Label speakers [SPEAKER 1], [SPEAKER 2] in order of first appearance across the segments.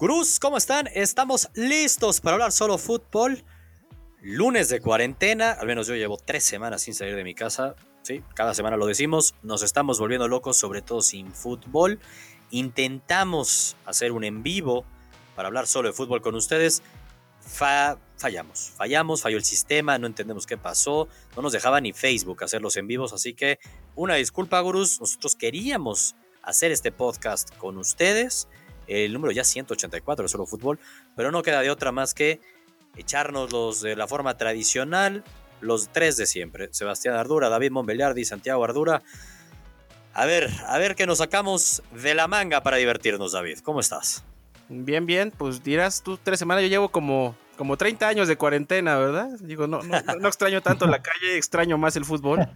[SPEAKER 1] Bruce, ¿cómo están? Estamos listos para hablar solo fútbol. Lunes de cuarentena, al menos yo llevo tres semanas sin salir de mi casa. Sí, cada semana lo decimos. Nos estamos volviendo locos, sobre todo sin fútbol. Intentamos hacer un en vivo para hablar solo de fútbol con ustedes. Fa- fallamos, fallamos, falló el sistema, no entendemos qué pasó, no nos dejaba ni Facebook hacer los en vivos, así que una disculpa, gurús, nosotros queríamos hacer este podcast con ustedes, el número ya 184 de Solo Fútbol, pero no queda de otra más que echarnos los de la forma tradicional, los tres de siempre, Sebastián Ardura, David Monbeliardi, Santiago Ardura. A ver, a ver qué nos sacamos de la manga para divertirnos, David. ¿Cómo estás?
[SPEAKER 2] Bien, bien, pues dirás tú tres semanas, yo llevo como, como 30 años de cuarentena, ¿verdad? Digo, no, no, no- no extraño tanto la calle, extraño más el fútbol.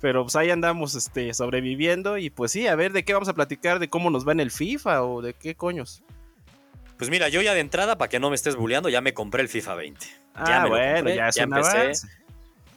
[SPEAKER 2] Pero pues ahí andamos este, sobreviviendo y pues sí, a ver de qué vamos a platicar, de cómo nos va en el FIFA o de qué coños.
[SPEAKER 1] Pues mira, yo ya de entrada, para que no me estés bulleando, ya me compré el FIFA 20.
[SPEAKER 2] Ah,
[SPEAKER 1] me lo
[SPEAKER 2] bueno,
[SPEAKER 1] compré,
[SPEAKER 2] ya es un
[SPEAKER 1] empecé,
[SPEAKER 2] avance.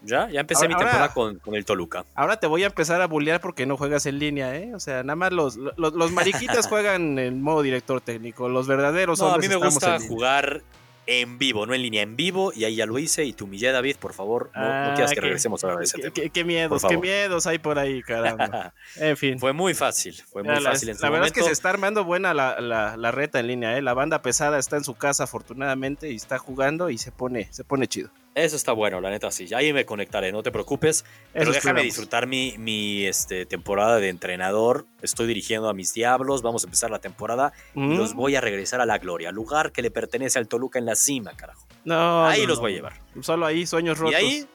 [SPEAKER 1] Ya, ya empecé
[SPEAKER 2] Ahora-
[SPEAKER 1] mi
[SPEAKER 2] ahora-
[SPEAKER 1] temporada con, con el Toluca.
[SPEAKER 2] Ahora te voy a empezar a bullear porque no juegas en línea, ¿eh? O sea, nada más los, los, los mariquitas juegan en modo director técnico, los verdaderos
[SPEAKER 1] No, a mí
[SPEAKER 2] hombres
[SPEAKER 1] me
[SPEAKER 2] estamos en
[SPEAKER 1] gusta
[SPEAKER 2] línea.
[SPEAKER 1] jugar en vivo, no en línea, en vivo, y ahí ya lo hice, y tu humillé, David, por favor, no, no
[SPEAKER 2] Ah,
[SPEAKER 1] quieras que
[SPEAKER 2] qué-
[SPEAKER 1] regresemos a hablar de ese
[SPEAKER 2] Qué,
[SPEAKER 1] tema.
[SPEAKER 2] qué- qué miedos,
[SPEAKER 1] Por
[SPEAKER 2] qué
[SPEAKER 1] favor.
[SPEAKER 2] miedos hay por ahí, caramba. En fin.
[SPEAKER 1] Fue muy fácil, fue muy
[SPEAKER 2] Mira, la,
[SPEAKER 1] fácil en su
[SPEAKER 2] la verdad
[SPEAKER 1] momento.
[SPEAKER 2] es que se está armando buena la, la- la reta en línea, ¿eh? La banda pesada está en su casa, afortunadamente, y está jugando y se pone, se pone chido.
[SPEAKER 1] Eso está bueno, la neta, sí. Ya ahí me conectaré, no te preocupes. Pero
[SPEAKER 2] Eso
[SPEAKER 1] déjame
[SPEAKER 2] esperamos.
[SPEAKER 1] disfrutar mi, mi este, temporada de entrenador. Estoy dirigiendo a mis diablos. Vamos a empezar la temporada
[SPEAKER 2] Mm.
[SPEAKER 1] y los voy a regresar a la gloria, lugar que le pertenece al Toluca en la cima, carajo.
[SPEAKER 2] No,
[SPEAKER 1] ahí
[SPEAKER 2] no,
[SPEAKER 1] los
[SPEAKER 2] no.
[SPEAKER 1] voy a llevar.
[SPEAKER 2] Solo ahí, sueños rotos.
[SPEAKER 1] Y ahí.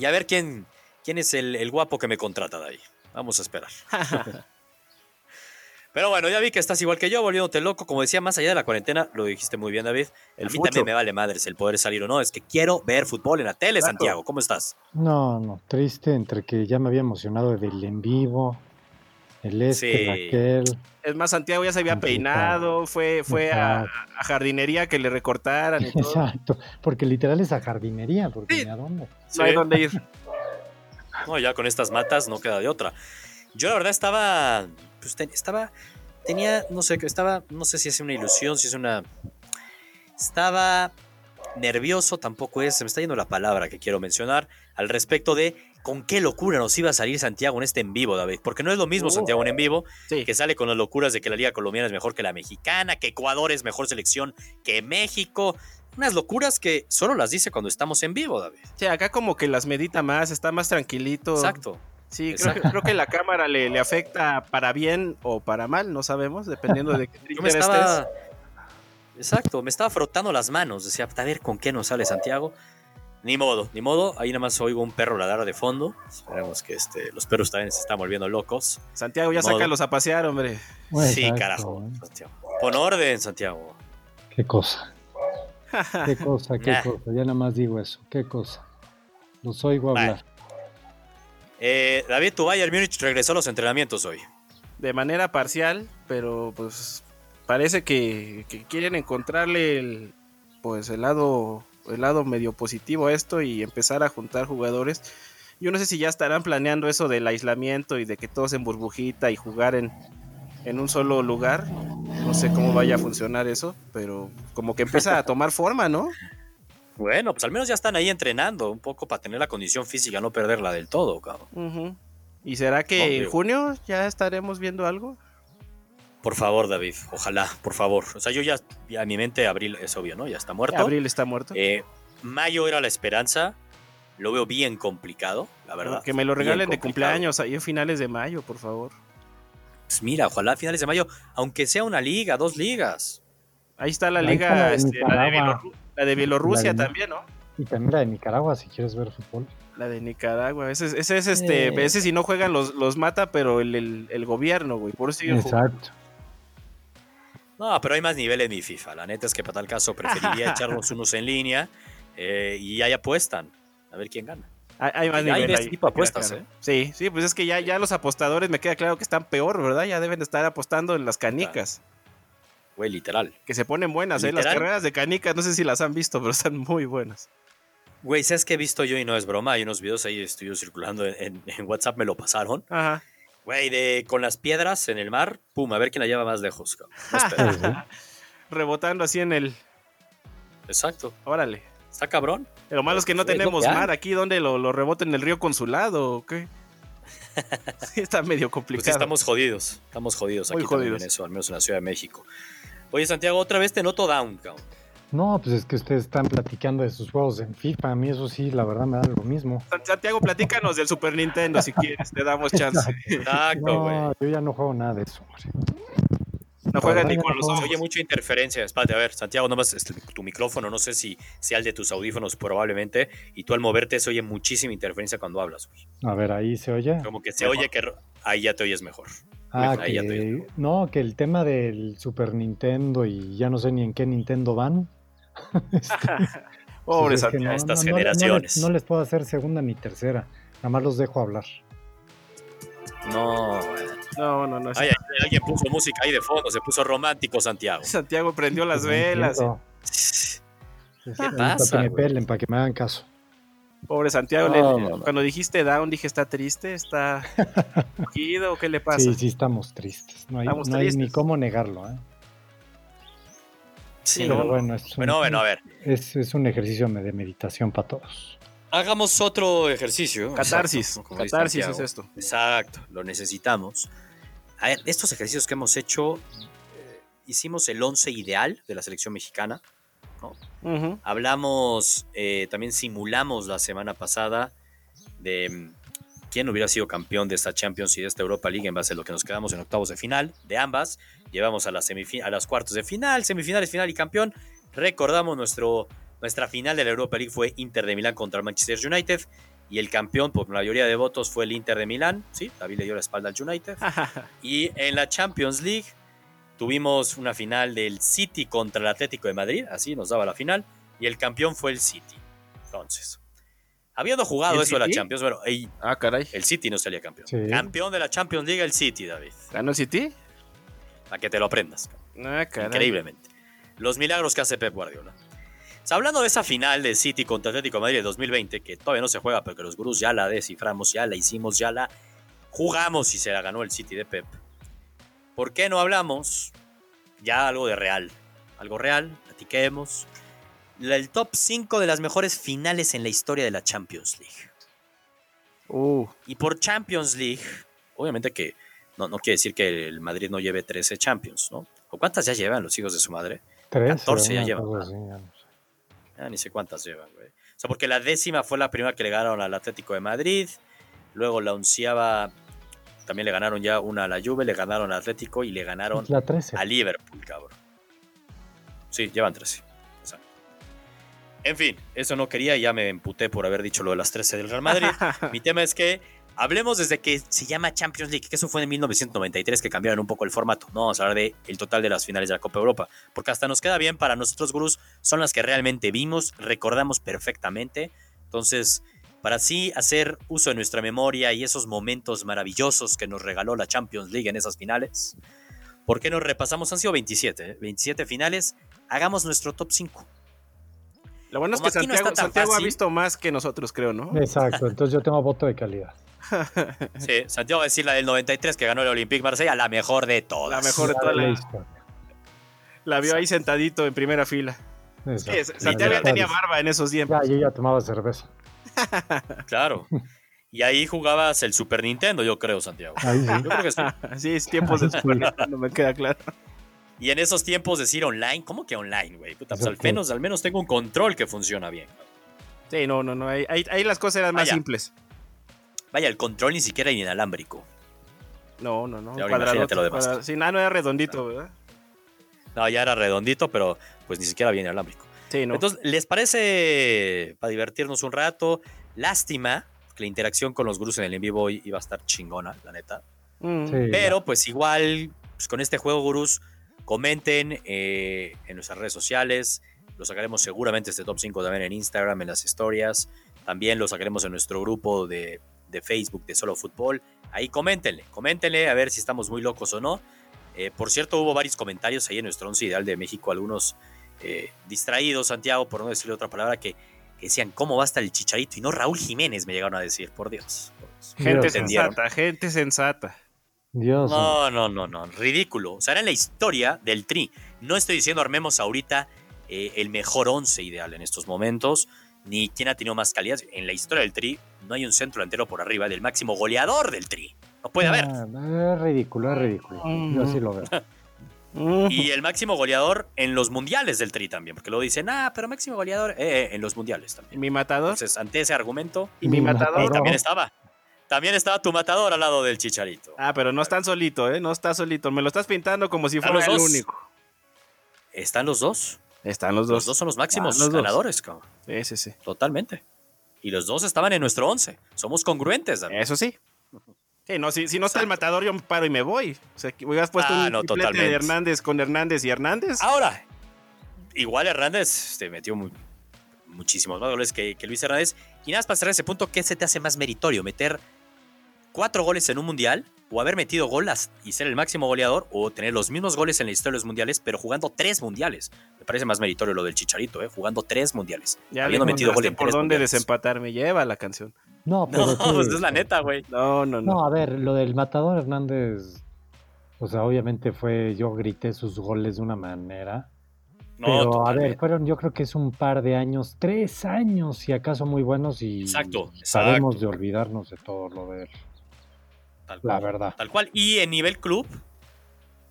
[SPEAKER 1] Y a ver quién, quién es el, el guapo que me contrata de ahí. Vamos a esperar. Pero bueno, ya vi que estás igual que yo, volviéndote loco. Como decía, más allá de la cuarentena, lo dijiste muy bien, David.
[SPEAKER 2] El
[SPEAKER 1] a mí también
[SPEAKER 2] fucho.
[SPEAKER 1] me vale madres el poder salir o no. Es que quiero ver fútbol en la tele,
[SPEAKER 2] Claro.
[SPEAKER 1] Santiago. ¿Cómo estás?
[SPEAKER 3] No, no, triste entre que ya me había emocionado del en vivo, el este,
[SPEAKER 1] Sí.
[SPEAKER 3] el aquel.
[SPEAKER 2] Es más, Santiago ya se había
[SPEAKER 3] Complicado.
[SPEAKER 2] peinado, fue, fue a,
[SPEAKER 3] Exacto,
[SPEAKER 2] a jardinería que le recortaran y todo.
[SPEAKER 3] exacto, porque literal es a jardinería, porque
[SPEAKER 2] Sí.
[SPEAKER 3] ni a dónde.
[SPEAKER 2] No hay
[SPEAKER 1] Sí.
[SPEAKER 2] dónde ir.
[SPEAKER 1] No, ya con estas matas no queda de otra. Yo la verdad estaba, pues ten- estaba, tenía, no sé, qué, estaba, no sé si es una ilusión, si es una, estaba nervioso, tampoco es, se me está yendo la palabra que quiero mencionar al respecto de con qué locura nos iba a salir Santiago en este en vivo, David, porque no es lo mismo
[SPEAKER 2] Uh.
[SPEAKER 1] Santiago en en vivo
[SPEAKER 2] Sí.
[SPEAKER 1] que sale con las locuras de que la liga colombiana es mejor que la mexicana, que Ecuador es mejor selección que México, unas locuras que solo las dice cuando estamos en vivo, David.
[SPEAKER 2] Sí, acá como que las medita más, está más tranquilito.
[SPEAKER 1] Exacto.
[SPEAKER 2] Sí, creo que,
[SPEAKER 1] Exacto.
[SPEAKER 2] creo que la cámara le, le afecta para bien o para mal, no sabemos, dependiendo de qué
[SPEAKER 1] Yo me
[SPEAKER 2] trinchera estés.
[SPEAKER 1] estaba. Exacto, me estaba frotando las manos. Decía, a ver con qué nos sale Santiago. Ni modo, ni modo. Ahí nada más oigo un perro ladrar de fondo. Esperemos que este, los perros también se están volviendo locos.
[SPEAKER 2] Santiago, ya
[SPEAKER 1] Modo.
[SPEAKER 2] sácalos a pasear, hombre.
[SPEAKER 1] sí,
[SPEAKER 3] Exacto,
[SPEAKER 1] carajo.
[SPEAKER 3] ¿eh?
[SPEAKER 1] Santiago. Pon orden, Santiago.
[SPEAKER 3] Qué cosa, qué cosa, qué
[SPEAKER 1] Nah.
[SPEAKER 3] cosa, ya nada más digo eso, qué cosa. Los oigo
[SPEAKER 1] Vale.
[SPEAKER 3] hablar.
[SPEAKER 1] Eh, David, tu Bayern Múnich regresó a los entrenamientos hoy.
[SPEAKER 2] de manera parcial, pero pues parece que, que quieren encontrarle el, pues el lado, el lado medio positivo a esto y empezar a juntar jugadores. Yo no sé si ya estarán planeando eso del aislamiento y de que todos en burbujita y jugar en, en un solo lugar. No sé cómo vaya a funcionar eso, pero como que empieza a tomar forma, ¿no?
[SPEAKER 1] Bueno, pues al menos ya están ahí entrenando un poco para tener la condición física, no perderla del todo, cabrón.
[SPEAKER 2] Ujú. ¿Y será que en
[SPEAKER 1] Obvio.
[SPEAKER 2] junio ya estaremos viendo algo?
[SPEAKER 1] Por favor, David, ojalá, por favor. O sea, yo ya, ya mi mente, abril es obvio, ¿no? Ya está muerto.
[SPEAKER 2] Abril está muerto.
[SPEAKER 1] Eh, mayo era la esperanza. Lo veo bien complicado, la verdad.
[SPEAKER 2] que me lo
[SPEAKER 1] Bien
[SPEAKER 2] regalen de
[SPEAKER 1] complicado.
[SPEAKER 2] cumpleaños, ahí en finales de mayo, por favor.
[SPEAKER 1] Pues mira, ojalá a finales de mayo, aunque sea una liga, dos ligas.
[SPEAKER 2] Ahí está la
[SPEAKER 3] Ahí
[SPEAKER 2] liga,
[SPEAKER 3] está la de
[SPEAKER 2] este, la, de
[SPEAKER 3] Nicaragua.
[SPEAKER 2] Bielorru- la de Bielorrusia
[SPEAKER 3] La de-
[SPEAKER 2] también, ¿no?
[SPEAKER 3] Y también la de Nicaragua, si quieres ver fútbol.
[SPEAKER 2] La de Nicaragua. Ese, es- ese es este,
[SPEAKER 1] Eh.
[SPEAKER 2] ese si no juegan los, los mata, pero el, el- el gobierno, güey. Por eso siguen jugando.
[SPEAKER 3] Exacto.
[SPEAKER 1] No, pero hay más niveles en mi FIFA. La neta es que para tal caso preferiría echarnos unos en línea eh, y ahí apuestan. A ver quién gana.
[SPEAKER 2] Hay, hay más
[SPEAKER 1] Ya hay
[SPEAKER 2] nivel
[SPEAKER 1] de
[SPEAKER 2] ahí,
[SPEAKER 1] ese tipo de apuestas,
[SPEAKER 2] claro.
[SPEAKER 1] ¿eh?
[SPEAKER 2] Sí, sí, pues es que ya, ya los apostadores me queda claro que están peor, ¿verdad? Ya deben de estar apostando en las canicas,
[SPEAKER 1] Güey, literal.
[SPEAKER 2] que se ponen buenas, ¿eh? Las
[SPEAKER 1] Literal.
[SPEAKER 2] carreras de canicas, no sé si las han visto, pero están muy buenas.
[SPEAKER 1] Güey, ¿sabes qué he visto yo? Y no es broma. Hay unos videos ahí, estuve circulando en, en WhatsApp, me lo pasaron.
[SPEAKER 2] Ajá.
[SPEAKER 1] Güey, de, con las piedras en el mar, pum, a ver quién la lleva más lejos. cabrón. No
[SPEAKER 3] Pues,
[SPEAKER 1] esperes.
[SPEAKER 3] sí.
[SPEAKER 2] Rebotando así en el.
[SPEAKER 1] Exacto.
[SPEAKER 2] Órale.
[SPEAKER 1] Está cabrón.
[SPEAKER 2] Lo malo es que no
[SPEAKER 1] Es lo
[SPEAKER 2] tenemos
[SPEAKER 1] que hay.
[SPEAKER 2] mar aquí donde lo, lo rebota en el río Consulado o qué. Sí, está medio
[SPEAKER 1] Pues
[SPEAKER 2] complicado.
[SPEAKER 1] sí, estamos jodidos. Estamos jodidos
[SPEAKER 2] Muy
[SPEAKER 1] aquí también
[SPEAKER 2] jodidos.
[SPEAKER 1] en eso, al menos en la Ciudad de México. Oye, Santiago, otra vez te noto down, cabrón.
[SPEAKER 3] No, pues es que ustedes están platicando de sus juegos en FIFA. A mí eso sí, la verdad me da lo mismo.
[SPEAKER 2] San- Santiago, platícanos del Super Nintendo si quieres, te damos chance.
[SPEAKER 1] Exacto, güey.
[SPEAKER 3] No, yo ya no juego nada de eso. hombre.
[SPEAKER 2] No juegas ni con los
[SPEAKER 1] Se
[SPEAKER 2] ojos.
[SPEAKER 1] oye mucha interferencia. Espérate, a ver, Santiago, nomás este, tu micrófono, no sé si sea el de tus audífonos probablemente, y tú al moverte se oye muchísima interferencia cuando hablas, güey.
[SPEAKER 3] A ver, ahí se oye.
[SPEAKER 1] Como que se
[SPEAKER 2] Mejor.
[SPEAKER 1] oye que ro- ahí ya te oyes mejor.
[SPEAKER 3] Ah,
[SPEAKER 1] pues, ahí ya te
[SPEAKER 3] que, no, que el tema del Super Nintendo y ya no sé ni en qué Nintendo van.
[SPEAKER 2] Pobre
[SPEAKER 3] Pues es que
[SPEAKER 2] Santiago.
[SPEAKER 1] a estas
[SPEAKER 3] les-
[SPEAKER 1] generaciones.
[SPEAKER 3] No les, puedo hacer segunda ni tercera. Nada más los dejo hablar.
[SPEAKER 1] No.
[SPEAKER 2] No, no, no.
[SPEAKER 1] Ay, ay, alguien puso música ahí de fondo, se puso romántico, Santiago.
[SPEAKER 2] Santiago prendió las
[SPEAKER 3] No
[SPEAKER 2] velas. eh.
[SPEAKER 3] entiendo. Pues, Es- es
[SPEAKER 1] pasa,
[SPEAKER 3] Para que me
[SPEAKER 1] güey?
[SPEAKER 3] pelen, para que me hagan caso.
[SPEAKER 2] Pobre Santiago. le-
[SPEAKER 1] No, no, no.
[SPEAKER 2] Cuando dijiste down, dije está triste, está cogido, ¿qué le pasa?
[SPEAKER 3] Sí, sí, estamos tristes. No hay,
[SPEAKER 2] Estamos
[SPEAKER 3] no hay ni
[SPEAKER 2] tristes.
[SPEAKER 3] cómo negarlo. ¿eh?
[SPEAKER 1] Sí,
[SPEAKER 3] Pero
[SPEAKER 1] no, no.
[SPEAKER 3] bueno, es un,
[SPEAKER 1] Bueno, bueno, a ver.
[SPEAKER 3] Es, es un ejercicio me- de meditación para todos.
[SPEAKER 1] Hagamos otro ejercicio.
[SPEAKER 2] Catarsis.
[SPEAKER 1] Exacto, como dice
[SPEAKER 2] Catarsis es
[SPEAKER 1] Santiago.
[SPEAKER 2] esto.
[SPEAKER 1] Exacto, lo necesitamos. A ver, estos ejercicios que hemos hecho, eh, hicimos el 11 ideal de la selección mexicana.
[SPEAKER 2] Ujú.
[SPEAKER 1] Hablamos, eh, también simulamos la semana pasada de mm, quién hubiera sido campeón de esta Champions y de esta Europa League en base a lo que nos quedamos en octavos de final de ambas. Llevamos a las, semifi- a las cuartos de final, semifinales, final y campeón. Recordamos nuestro, nuestra final de la Europa League fue Inter de Milán contra el Manchester United y el campeón por mayoría de votos fue el Inter de Milán. Sí, David le dio la espalda al United. Y en la Champions League tuvimos una final del City contra el Atlético de Madrid, así nos daba la final, y el campeón fue el City. Entonces, habiendo jugado
[SPEAKER 2] ¿El
[SPEAKER 1] eso de la
[SPEAKER 2] City?
[SPEAKER 1] Champions, bueno, ey,
[SPEAKER 2] ah, caray.
[SPEAKER 1] el City no salía campeón.
[SPEAKER 3] Sí.
[SPEAKER 1] Campeón de la Champions League el City, David.
[SPEAKER 2] ¿Ganó el City?
[SPEAKER 1] Para que te lo aprendas.
[SPEAKER 2] Ah, caray.
[SPEAKER 1] Increíblemente. Los milagros que hace Pep Guardiola. O sea, hablando de esa final de City contra Atlético de Madrid de 2020, que todavía no se juega, pero que los gurús ya la desciframos, ya la hicimos, ya la jugamos y se la ganó el City de Pep. ¿Por qué no hablamos ya algo de real? Algo real, platiquemos. La- El top 5 de las mejores finales en la historia de la Champions League.
[SPEAKER 2] Uh,
[SPEAKER 1] Y por Champions League, obviamente que no, no quiere decir que el Madrid no lleve 13 Champions, ¿no? ¿O cuántas ya llevan los hijos de su madre?
[SPEAKER 3] Tres.
[SPEAKER 1] 14 ya
[SPEAKER 3] una
[SPEAKER 1] llevan,
[SPEAKER 3] cosa
[SPEAKER 1] ¿no?
[SPEAKER 3] así, ya no sé.
[SPEAKER 1] Ah, ni sé cuántas llevan, güey. O sea, porque la décima fue la primera que le ganaron al Atlético de Madrid. Luego la onceava también le ganaron ya una a la Juve, le ganaron al Atlético y le ganaron
[SPEAKER 3] La 13.
[SPEAKER 1] a Liverpool, cabrón. Sí, llevan 13. Exacto. En fin, eso no quería y ya me emputé por haber dicho lo de las 13 del Real Madrid. Mi tema es que hablemos desde que se llama Champions League, que eso fue en 1993 que cambiaron un poco el formato. No vamos a hablar de el total de las finales de la Copa Europa, porque hasta nos queda bien para nosotros gurús, son las que realmente vimos, recordamos perfectamente. Entonces, para así hacer uso de nuestra memoria y esos momentos maravillosos que nos regaló la Champions League en esas finales, ¿por qué no repasamos? Han sido 27, ¿eh? 27 finales. Hagamos nuestro top 5.
[SPEAKER 2] lo bueno es
[SPEAKER 1] Como
[SPEAKER 2] que
[SPEAKER 1] aquí no
[SPEAKER 2] Santiago,
[SPEAKER 1] está tan
[SPEAKER 2] Santiago ha
[SPEAKER 1] fácil.
[SPEAKER 2] visto más que nosotros, creo, ¿no?
[SPEAKER 3] Exacto, entonces yo tengo voto de calidad.
[SPEAKER 1] Sí, Santiago va a decir la del 93 que ganó el Olympique Marsella, la mejor de
[SPEAKER 2] La
[SPEAKER 1] todas.
[SPEAKER 2] mejor de
[SPEAKER 3] La
[SPEAKER 2] toda la,
[SPEAKER 3] historia.
[SPEAKER 2] la vio ahí sentadito en primera fila. Sí,
[SPEAKER 3] Exacto.
[SPEAKER 2] es- Santiago ya
[SPEAKER 1] Literal.
[SPEAKER 2] tenía barba en esos tiempos.
[SPEAKER 3] Ya, yo ya tomaba cerveza.
[SPEAKER 1] Claro. Y ahí jugabas el Super Nintendo, yo creo, Santiago.
[SPEAKER 3] Ahí sí.
[SPEAKER 1] Yo creo que sí.
[SPEAKER 2] Sí, es tiempos de
[SPEAKER 3] Sí.
[SPEAKER 2] Super Nintendo, me queda claro.
[SPEAKER 1] Y en esos tiempos decir online, ¿cómo que online, güey? Puta, pues al
[SPEAKER 3] Exacto.
[SPEAKER 1] menos, al menos tengo un control que funciona bien.
[SPEAKER 2] Sí, no, no, no. Ahí, ahí- ahí las cosas eran más
[SPEAKER 1] Vaya.
[SPEAKER 2] simples.
[SPEAKER 1] Vaya, el control ni siquiera era inalámbrico.
[SPEAKER 2] No, no, no.
[SPEAKER 1] Y ahora imagínate lo demás.
[SPEAKER 2] cuadradote, cuadrado- Sí, nada, no era redondito, ¿verdad?
[SPEAKER 1] No, ya era redondito, pero pues ni siquiera bien inalámbrico.
[SPEAKER 2] Sí, no.
[SPEAKER 1] Entonces, ¿les parece para divertirnos un rato? Lástima que la interacción con los gurús en el en vivo hoy iba a estar chingona, la neta.
[SPEAKER 2] Mm.
[SPEAKER 3] Sí,
[SPEAKER 1] Pero pues igual, pues, con este juego, gurús, comenten eh, en nuestras redes sociales. Lo sacaremos seguramente este top 5 también en Instagram, en las historias. También lo sacaremos en nuestro grupo de, de Facebook de Solo Fútbol. Ahí coméntenle, coméntenle a ver si estamos muy locos o no. Eh, por cierto, hubo varios comentarios ahí en nuestro once ideal de México, algunos eh, distraídos, Santiago, por no decirle otra palabra, que, que decían, ¿cómo va a estar el chicharito? Y no Raúl Jiménez, me llegaron a decir, por Dios.
[SPEAKER 2] Gente
[SPEAKER 3] Dios.
[SPEAKER 2] sensata, gente sensata.
[SPEAKER 3] Dios.
[SPEAKER 1] No, no, no, no. Ridículo. O sea, era la historia del tri. No estoy diciendo armemos ahorita eh, el mejor once ideal en estos momentos, ni quién ha tenido más calidad. En la historia del tri no hay un centro delantero por arriba del máximo goleador del tri. No puede haber.
[SPEAKER 3] Ah, es ridículo, es ridículo. Yo sí lo veo.
[SPEAKER 1] Y el máximo goleador en los mundiales del tri también, porque luego dicen, ah, pero máximo goleador eh, eh, en los mundiales también.
[SPEAKER 2] Mi matador.
[SPEAKER 1] Entonces, ante ese argumento,
[SPEAKER 2] Y mi matador.
[SPEAKER 1] y también estaba. También estaba tu matador al lado del chicharito.
[SPEAKER 2] Ah, pero no están solito, ¿eh? No está solito. Me lo estás pintando como si
[SPEAKER 1] Están
[SPEAKER 2] fuera
[SPEAKER 1] los
[SPEAKER 2] el
[SPEAKER 1] dos.
[SPEAKER 2] único.
[SPEAKER 1] Están los dos.
[SPEAKER 2] Están los
[SPEAKER 1] Los
[SPEAKER 2] dos.
[SPEAKER 1] dos son los máximos
[SPEAKER 2] Ah, los dos.
[SPEAKER 1] ganadores, cabrón.
[SPEAKER 2] Sí, sí, sí.
[SPEAKER 1] Totalmente. Y los dos estaban en nuestro once. Somos congruentes, Dani.
[SPEAKER 2] Eso sí. Sí, no, si, si no está el matador, yo me paro y me voy. O sea, que hubieras puesto
[SPEAKER 1] Ah,
[SPEAKER 2] un
[SPEAKER 1] no,
[SPEAKER 2] triplete
[SPEAKER 1] totalmente. Ah,
[SPEAKER 2] de Hernández con Hernández y Hernández.
[SPEAKER 1] Ahora, igual Hernández se metió mu- muchísimos más goles que, que Luis Hernández. Y nada más para cerrar ese punto, ¿qué se te hace más meritorio? ¿Meter cuatro goles en un mundial? ¿O haber metido golas y ser el máximo goleador? ¿O tener los mismos goles en la historia de los mundiales, pero jugando tres mundiales? Me parece más meritorio lo del Chicharito, ¿eh? Jugando tres mundiales.
[SPEAKER 2] ya le
[SPEAKER 1] habiendo metido gol
[SPEAKER 2] encontraste
[SPEAKER 1] en
[SPEAKER 2] por
[SPEAKER 1] tres
[SPEAKER 2] dónde
[SPEAKER 1] mundiales.
[SPEAKER 2] desempatar. Me lleva la canción.
[SPEAKER 3] No, pero
[SPEAKER 1] No,
[SPEAKER 3] sí,
[SPEAKER 1] pues es la neta, güey.
[SPEAKER 2] No, no, no.
[SPEAKER 3] No, a ver, lo del matador Hernández, o sea, obviamente fue, yo grité sus goles de una manera.
[SPEAKER 1] No,
[SPEAKER 3] pero a
[SPEAKER 1] totalmente.
[SPEAKER 3] ver, fueron, yo creo que es un par de años, tres años, si acaso muy buenos y
[SPEAKER 1] Exacto,
[SPEAKER 3] sabemos de olvidarnos de todo lo de él,
[SPEAKER 1] Tal
[SPEAKER 3] la
[SPEAKER 1] cual.
[SPEAKER 3] verdad.
[SPEAKER 1] Tal cual. Y en nivel club,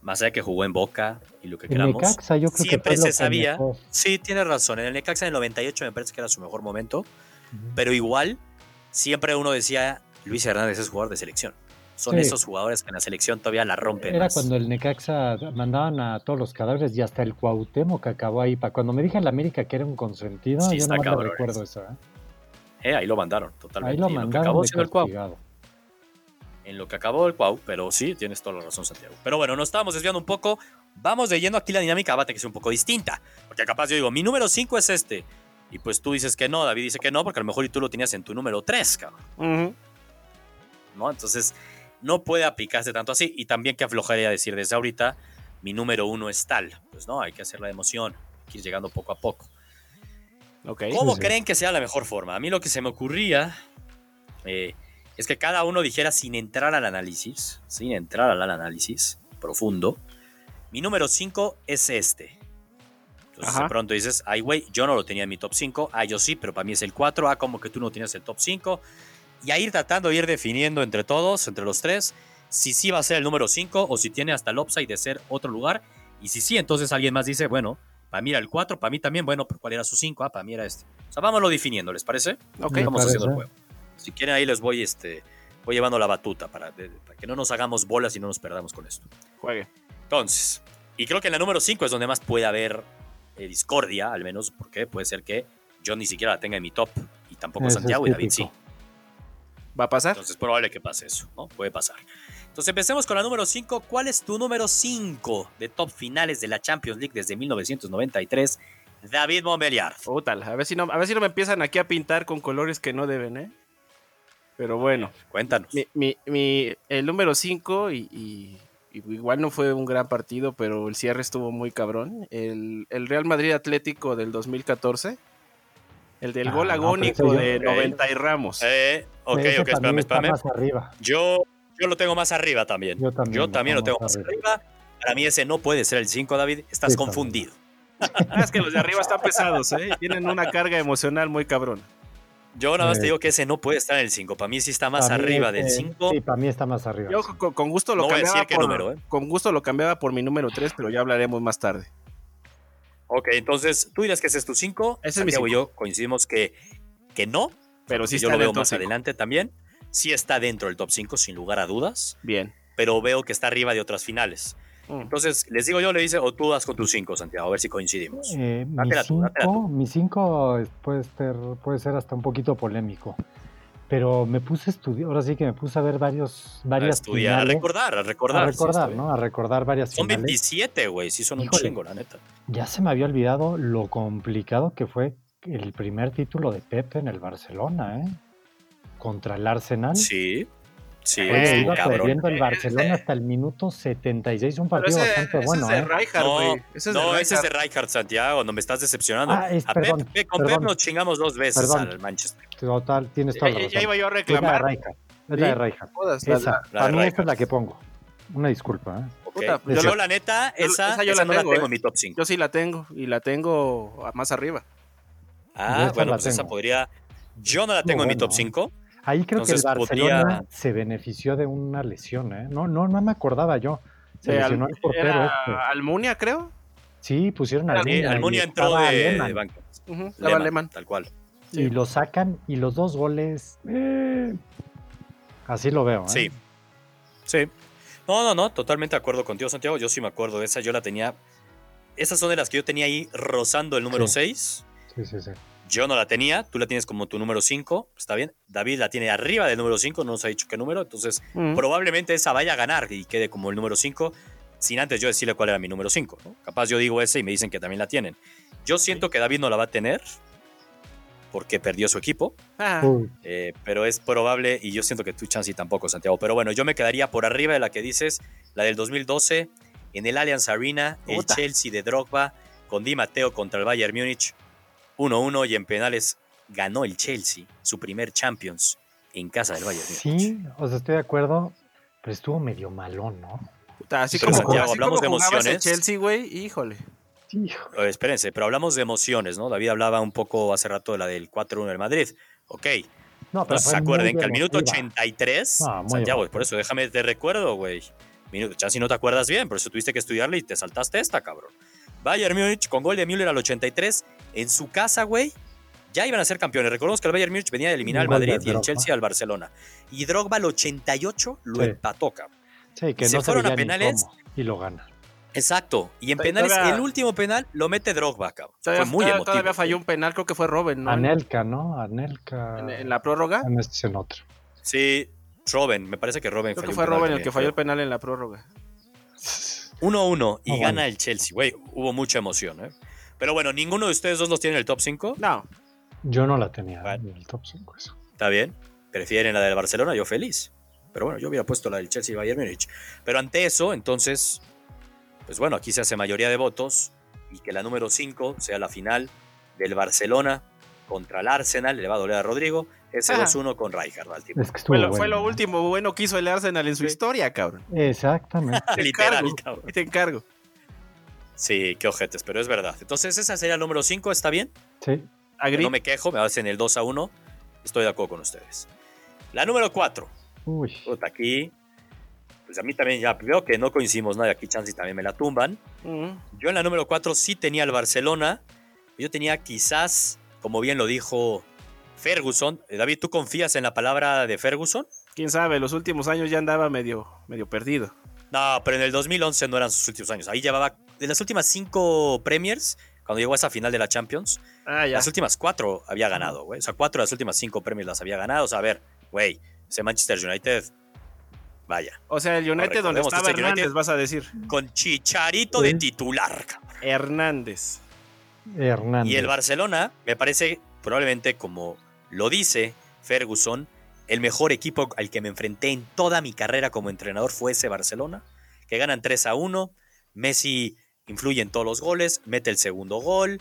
[SPEAKER 1] más allá de que jugó en Boca y lo que
[SPEAKER 3] En
[SPEAKER 1] queramos.
[SPEAKER 3] Necaxa yo creo
[SPEAKER 1] siempre
[SPEAKER 3] que fue lo
[SPEAKER 1] se
[SPEAKER 3] que
[SPEAKER 1] sabía.
[SPEAKER 3] mejor.
[SPEAKER 1] Sí, tienes razón. En el Necaxa en el 98 me parece que era su mejor momento, pero igual siempre uno decía, Luis Hernández es jugador de selección. Son
[SPEAKER 3] Sí.
[SPEAKER 1] esos jugadores que en la selección todavía la rompen.
[SPEAKER 3] Era
[SPEAKER 1] más.
[SPEAKER 3] cuando el Necaxa mandaban a todos los cadáveres y hasta el Cuauhtémoc acabó ahí. Pa cuando me dije en la América que era un consentido,
[SPEAKER 1] Sí,
[SPEAKER 3] yo
[SPEAKER 1] está
[SPEAKER 3] no
[SPEAKER 1] cabrón
[SPEAKER 3] recuerdo
[SPEAKER 1] eso.
[SPEAKER 3] eso. ¿eh?
[SPEAKER 1] Eh, ahí lo mandaron,
[SPEAKER 3] Ahí
[SPEAKER 1] totalmente.
[SPEAKER 3] lo
[SPEAKER 1] Y en que
[SPEAKER 3] mandaron
[SPEAKER 1] acabó
[SPEAKER 3] de
[SPEAKER 1] siendo el Cuau.
[SPEAKER 3] castigado.
[SPEAKER 1] En lo que acabó el Cuau, pero sí, tienes toda la razón, Santiago. Pero bueno, nos estábamos desviando un poco. Vamos leyendo aquí la dinámica, va a tener que ser un poco distinta. Porque capaz yo digo, mi número 5 es este. Y pues tú dices que no, David dice que no, porque a lo mejor y tú lo tenías en tu número 3, cabrón.
[SPEAKER 2] Ujú.
[SPEAKER 1] ¿no? Entonces, no puede aplicarse tanto así. Y también que aflojaría decir desde ahorita, mi número uno es tal. Pues no, hay que hacer la emoción, hay que ir llegando poco a poco.
[SPEAKER 2] Ok.
[SPEAKER 1] ¿Cómo
[SPEAKER 3] sí.
[SPEAKER 1] creen que sea la mejor forma? A mí lo que se me ocurría eh, es que cada uno dijera sin entrar al análisis, sin entrar al análisis profundo, mi número 5 es este. Entonces
[SPEAKER 2] Ajá.
[SPEAKER 1] de pronto dices, ay güey, yo no lo tenía en mi top 5, ah yo sí, pero para mí es el 4, ah como que tú no tenías el top 5. Y a ir tratando de ir definiendo entre todos, entre los tres, si sí va a ser el número 5 o si tiene hasta el upside de ser otro lugar. Y si sí, entonces alguien más dice, bueno, para mí era el 4, para mí también, bueno, pero ¿cuál era su 5? Ah, para mí era este. O sea, vámonos definiendo, ¿les parece?
[SPEAKER 2] Ok.
[SPEAKER 3] Me
[SPEAKER 1] Vamos haciendo el
[SPEAKER 3] parece.
[SPEAKER 1] juego. Si quieren, ahí les voy, este, voy llevando la batuta para, de- para que no nos hagamos bolas y no nos perdamos con esto.
[SPEAKER 2] Juegue.
[SPEAKER 1] Entonces, y creo que en la número 5 es donde más puede haber eh, discordia, al menos, porque puede ser que yo ni siquiera la tenga en mi top y tampoco
[SPEAKER 3] Eso es
[SPEAKER 1] Santiago y David sí.
[SPEAKER 3] típico.
[SPEAKER 2] ¿Va a pasar?
[SPEAKER 1] Entonces, probable que pase eso, ¿no? Puede pasar. Entonces, empecemos con la número 5. ¿Cuál es tu número 5 de top finales de la Champions League desde 1993? David Montbéliard.
[SPEAKER 2] Oh, tal. A ver, si no, a ver si no me empiezan aquí a pintar con colores que no deben, ¿eh? Pero bueno.
[SPEAKER 1] Cuéntanos.
[SPEAKER 2] Mi, mi- mi- el número 5 y, y- y igual no fue un gran partido, pero el cierre estuvo muy cabrón. El, el Real Madrid Atlético del 2014. El del
[SPEAKER 3] Ah,
[SPEAKER 2] gol
[SPEAKER 3] no, pero
[SPEAKER 2] agónico
[SPEAKER 3] ese yo-
[SPEAKER 2] de
[SPEAKER 1] Ok.
[SPEAKER 2] 90 y Ramos.
[SPEAKER 1] Eh, ok,
[SPEAKER 3] Ese
[SPEAKER 1] ok,
[SPEAKER 3] para
[SPEAKER 1] espérame,
[SPEAKER 3] mí está
[SPEAKER 1] espérame.
[SPEAKER 3] más arriba.
[SPEAKER 1] Yo, yo lo tengo más arriba también.
[SPEAKER 3] Yo también.
[SPEAKER 1] Yo también lo tengo
[SPEAKER 3] más
[SPEAKER 1] más arriba. Para mí ese no puede ser el 5, David. Estás
[SPEAKER 3] Sí, también.
[SPEAKER 1] confundido.
[SPEAKER 2] Ah, es que los de arriba están pesados, ¿eh? Tienen una carga emocional muy cabrón.
[SPEAKER 1] Yo nada más
[SPEAKER 3] Eh.
[SPEAKER 1] te digo que ese no puede estar en el 5. Para mí sí está más
[SPEAKER 3] Para mí
[SPEAKER 1] arriba
[SPEAKER 3] es,
[SPEAKER 1] del
[SPEAKER 3] eh,
[SPEAKER 1] 5.
[SPEAKER 3] Sí, para mí está más arriba.
[SPEAKER 2] Yo
[SPEAKER 3] sí.
[SPEAKER 2] con, con gusto lo
[SPEAKER 1] No voy a
[SPEAKER 2] cambiaba
[SPEAKER 1] decir qué
[SPEAKER 2] por,
[SPEAKER 1] número, ¿eh?
[SPEAKER 2] con gusto lo cambiaba por mi número 3, pero ya hablaremos más tarde.
[SPEAKER 1] Ok, entonces tú dirás que ese es tu 5.
[SPEAKER 2] Ese es mi
[SPEAKER 1] Santiago y yo coincidimos que, que no.
[SPEAKER 2] Pero sí
[SPEAKER 1] yo
[SPEAKER 2] está
[SPEAKER 1] lo
[SPEAKER 2] en el
[SPEAKER 1] veo
[SPEAKER 2] top
[SPEAKER 1] más
[SPEAKER 2] cinco.
[SPEAKER 1] adelante también. Sí está dentro del top 5, sin lugar a dudas.
[SPEAKER 2] Bien.
[SPEAKER 1] Pero veo que está arriba de otras finales.
[SPEAKER 2] Mm.
[SPEAKER 1] Entonces, les digo yo, le dice, o tú vas con tu 5, Santiago, a ver si coincidimos.
[SPEAKER 3] Eh, mi
[SPEAKER 1] Dátela tú, dátela
[SPEAKER 3] 5 mi cinco es- puede ser, puede ser hasta un poquito polémico. Pero me puse a estudiar, ahora sí que me puse a ver varios,
[SPEAKER 1] A
[SPEAKER 3] varias
[SPEAKER 1] estudiar, a
[SPEAKER 3] finales,
[SPEAKER 1] recordar, a recordar.
[SPEAKER 3] a
[SPEAKER 1] sí, está
[SPEAKER 3] recordar,
[SPEAKER 1] bien.
[SPEAKER 3] ¿no? A recordar varias
[SPEAKER 1] Son
[SPEAKER 3] finales.
[SPEAKER 1] 27, güey. Sí, son un
[SPEAKER 3] Híjole.
[SPEAKER 1] chingo, la neta.
[SPEAKER 3] Ya se me había olvidado lo complicado que fue el primer título de Pepe en el Barcelona, ¿eh? Contra el Arsenal.
[SPEAKER 1] Sí. Sí,
[SPEAKER 2] Eh,
[SPEAKER 3] Oye,
[SPEAKER 1] sí,
[SPEAKER 3] iba
[SPEAKER 1] cabrón.
[SPEAKER 3] perdiendo el Barcelona hasta el minuto 76, un
[SPEAKER 2] Pero
[SPEAKER 3] partido
[SPEAKER 2] ese,
[SPEAKER 3] bastante
[SPEAKER 2] ese
[SPEAKER 3] bueno,
[SPEAKER 2] es de
[SPEAKER 3] ¿eh?
[SPEAKER 2] Rijkaard,
[SPEAKER 1] No,
[SPEAKER 2] güey. Ese es de
[SPEAKER 1] no, ese es
[SPEAKER 2] Rijkaard.
[SPEAKER 1] de Rijkaard Santiago, no me estás decepcionando.
[SPEAKER 3] Ah, es-
[SPEAKER 1] a
[SPEAKER 3] perdón,
[SPEAKER 1] Pep, Pep- con Pep
[SPEAKER 3] perdón.
[SPEAKER 1] nos chingamos dos veces
[SPEAKER 3] Perdón.
[SPEAKER 1] al Manchester.
[SPEAKER 3] Total,
[SPEAKER 1] Eh,
[SPEAKER 3] tienes toda la
[SPEAKER 2] Ya-
[SPEAKER 3] razón.
[SPEAKER 2] ya iba yo a
[SPEAKER 3] Es la de
[SPEAKER 2] reclamar.
[SPEAKER 3] Rijkaard, es la de
[SPEAKER 2] Sí.
[SPEAKER 3] Rijkaard.
[SPEAKER 2] Todas, la-
[SPEAKER 3] Esa,
[SPEAKER 1] la de
[SPEAKER 3] para mí esa es
[SPEAKER 1] Rijkaard.
[SPEAKER 3] la que pongo. una disculpa. ¿eh?
[SPEAKER 1] Ok.
[SPEAKER 2] Puta,
[SPEAKER 1] yo,
[SPEAKER 3] yo
[SPEAKER 1] la neta,
[SPEAKER 2] yo-
[SPEAKER 1] esa,
[SPEAKER 2] esa yo
[SPEAKER 1] esa
[SPEAKER 2] la
[SPEAKER 1] no la
[SPEAKER 2] tengo,
[SPEAKER 1] tengo
[SPEAKER 2] eh.
[SPEAKER 1] en mi top 5.
[SPEAKER 2] Yo sí la tengo y la tengo a- más arriba.
[SPEAKER 3] yo
[SPEAKER 1] Ah,
[SPEAKER 3] esa
[SPEAKER 1] bueno,
[SPEAKER 3] la
[SPEAKER 1] pues esa
[SPEAKER 3] tengo.
[SPEAKER 1] podría. Yo no la
[SPEAKER 3] Estuvo
[SPEAKER 1] tengo en mi
[SPEAKER 3] bueno,
[SPEAKER 1] top
[SPEAKER 3] ¿eh?
[SPEAKER 1] 5.
[SPEAKER 3] Ahí creo
[SPEAKER 1] Entonces,
[SPEAKER 3] que el Barcelona
[SPEAKER 1] podría-
[SPEAKER 3] se benefició de una lesión, ¿eh? No, no, no me acordaba yo. Se
[SPEAKER 2] Eh, al-
[SPEAKER 3] lesionó el portero
[SPEAKER 2] era
[SPEAKER 3] este.
[SPEAKER 2] Almunia, creo.
[SPEAKER 3] Sí, pusieron a Almunia. y
[SPEAKER 1] Eh, Almunia entró
[SPEAKER 3] estaba
[SPEAKER 1] de,
[SPEAKER 3] Lehmann,
[SPEAKER 1] de banco.
[SPEAKER 2] Ujú, estaba
[SPEAKER 1] Lehmann,
[SPEAKER 2] Lehmann.
[SPEAKER 1] Tal cual.
[SPEAKER 3] Y lo sacan y los dos goles. eh, Así lo veo, ¿eh?
[SPEAKER 1] Sí. Sí. No, no, no, totalmente de acuerdo contigo, Santiago. Yo sí me acuerdo de esa. Yo la tenía. Esas son de las que yo tenía ahí rozando el número
[SPEAKER 3] Sí.
[SPEAKER 1] 6.
[SPEAKER 3] Sí, sí, sí.
[SPEAKER 1] Yo no la tenía. Tú la tienes como tu número 5. Está bien. David la tiene arriba del número 5. No nos ha dicho qué número. Entonces,
[SPEAKER 2] Ujú.
[SPEAKER 1] probablemente esa vaya a ganar y quede como el número 5. Sin antes yo decirle cuál era mi número 5. Capaz yo digo ese y me dicen que también la tienen. Yo siento que David no la va a tener porque perdió su equipo.
[SPEAKER 2] Ah,
[SPEAKER 3] Uy,
[SPEAKER 1] Eh, pero es probable, y yo siento que tú, Chansi, tampoco, Santiago. Pero bueno, yo me quedaría por arriba de la que dices, la del 2012, en el Allianz Arena, el
[SPEAKER 2] Puta.
[SPEAKER 1] Chelsea de Drogba, con Di Matteo contra el Bayern Múnich, 1-1, y en penales ganó el Chelsea, su primer Champions, en casa del Bayern Múnich.
[SPEAKER 3] Sí, o sea, estoy de acuerdo, pero estuvo medio malón, ¿no?
[SPEAKER 2] puta, así
[SPEAKER 1] Pero
[SPEAKER 2] como,
[SPEAKER 3] Santiago,
[SPEAKER 2] así
[SPEAKER 1] hablamos
[SPEAKER 2] como
[SPEAKER 1] de
[SPEAKER 2] jugaba ese
[SPEAKER 1] emociones.
[SPEAKER 2] Chelsea, güey, híjole.
[SPEAKER 3] Hijo.
[SPEAKER 1] Eh, espérense, pero hablamos de emociones, ¿no? David hablaba un poco hace rato de la del 4-1 del Madrid. Ok,
[SPEAKER 3] No,
[SPEAKER 1] no
[SPEAKER 3] pero
[SPEAKER 1] se
[SPEAKER 3] fue muy
[SPEAKER 1] acuerden que al minuto
[SPEAKER 3] emotiva.
[SPEAKER 1] 83,
[SPEAKER 3] Ah, muy
[SPEAKER 1] Santiago,
[SPEAKER 3] emotiva.
[SPEAKER 1] por eso déjame te recuerdo, güey. Minuto, ya si no te acuerdas bien, por eso tuviste que estudiarle y te saltaste esta, cabrón. Bayern Múnich con gol de Müller al 83 en su casa, güey. Ya iban a ser campeones. Recordemos que el Bayern Múnich venía de eliminar al
[SPEAKER 3] Un gol de
[SPEAKER 1] Madrid y el
[SPEAKER 3] Drogba.
[SPEAKER 1] Chelsea al Barcelona. Y Drogba al 88 lo
[SPEAKER 3] Sí.
[SPEAKER 1] empató, cabrón.
[SPEAKER 3] Sí, que
[SPEAKER 1] se
[SPEAKER 3] no se
[SPEAKER 1] fueron a
[SPEAKER 3] veía ni
[SPEAKER 1] penales.
[SPEAKER 3] cómo, y lo gana.
[SPEAKER 1] Exacto. Y en
[SPEAKER 2] Todavía-
[SPEAKER 1] penales, el último penal lo mete Drogba, cabrón.
[SPEAKER 2] Todavía,
[SPEAKER 1] Fue muy
[SPEAKER 2] todavía-
[SPEAKER 1] emotivo.
[SPEAKER 2] todavía falló un penal, creo que fue Robin, ¿no?
[SPEAKER 3] Anelka, ¿no? Anelka.
[SPEAKER 2] En, en la prórroga.
[SPEAKER 3] Ah, no, este es en otro.
[SPEAKER 1] Sí, Robin. Me parece que Robin
[SPEAKER 2] Creo
[SPEAKER 1] falló
[SPEAKER 2] que
[SPEAKER 1] un
[SPEAKER 2] fue
[SPEAKER 1] penal
[SPEAKER 2] Robin el
[SPEAKER 1] también,
[SPEAKER 2] que falló
[SPEAKER 1] creo.
[SPEAKER 2] el penal en la prórroga.
[SPEAKER 1] 1-1 y
[SPEAKER 3] Ah, bueno.
[SPEAKER 1] gana el Chelsea, güey. Hubo mucha emoción, ¿eh? Pero bueno, ninguno de ustedes dos los tiene en el top 5.
[SPEAKER 2] No,
[SPEAKER 3] Yo no la tenía
[SPEAKER 1] Vale.
[SPEAKER 3] en el top 5. Eso.
[SPEAKER 1] Está bien. Prefieren la del Barcelona, yo feliz. Pero bueno, yo hubiera puesto la del Chelsea y Bayern Múnich. Pero ante eso, entonces, pues bueno, aquí se hace mayoría de votos y que la número 5 sea la final del Barcelona contra el Arsenal. Le va a doler a Rodrigo. Ese
[SPEAKER 2] Ajá.
[SPEAKER 1] 2-1 con Rijkaard, al tipo.
[SPEAKER 3] Es que estuvo
[SPEAKER 2] fue lo, fue
[SPEAKER 3] bueno,
[SPEAKER 2] lo
[SPEAKER 3] ¿eh?
[SPEAKER 2] último bueno que hizo el Arsenal en su
[SPEAKER 1] Sí.
[SPEAKER 2] historia, cabrón.
[SPEAKER 3] Exactamente.
[SPEAKER 1] Literal,
[SPEAKER 2] encargo.
[SPEAKER 1] cabrón.
[SPEAKER 2] Ahí te encargo.
[SPEAKER 1] Sí, qué ojetes, pero es verdad. Entonces, esa sería la número 5, ¿está bien?
[SPEAKER 3] Sí.
[SPEAKER 2] Agri.
[SPEAKER 1] No me quejo, me hacen el 2 a 1. Estoy de acuerdo con ustedes. La número 4.
[SPEAKER 3] Uy.
[SPEAKER 1] Puta, aquí. Pues a mí también ya veo que no coincidimos nada. Aquí Chansi también me la tumban.
[SPEAKER 2] Ujú.
[SPEAKER 1] Yo en la número 4 sí tenía al Barcelona. Yo tenía quizás, como bien lo dijo Ferguson. Eh, David, ¿tú confías en la palabra de Ferguson?
[SPEAKER 2] Quién sabe, los últimos años ya andaba medio, medio perdido.
[SPEAKER 1] No, pero en el 2011 no eran sus últimos años. Ahí llevaba. De las últimas 5 Premiers, cuando llegó a esa final de la Champions,
[SPEAKER 2] Ah, ya.
[SPEAKER 1] Las últimas cuatro había ganado, güey. O sea, cuatro de las últimas cinco premios las había ganado. O sea, a ver, güey, ese Manchester United, vaya,
[SPEAKER 2] O sea, el United
[SPEAKER 1] Correcto,
[SPEAKER 2] donde
[SPEAKER 1] vemos
[SPEAKER 2] estaba
[SPEAKER 1] este
[SPEAKER 2] Hernández,
[SPEAKER 1] United.
[SPEAKER 2] vas a decir.
[SPEAKER 1] con Chicharito de
[SPEAKER 3] Sí.
[SPEAKER 1] titular. cabrón.
[SPEAKER 2] Hernández.
[SPEAKER 3] Hernández.
[SPEAKER 1] Y el Barcelona, me parece, probablemente, como lo dice Ferguson, el mejor equipo al que me enfrenté en toda mi carrera como entrenador fue ese Barcelona, que ganan 3 a 1. Messi influye en todos los goles, mete el segundo gol.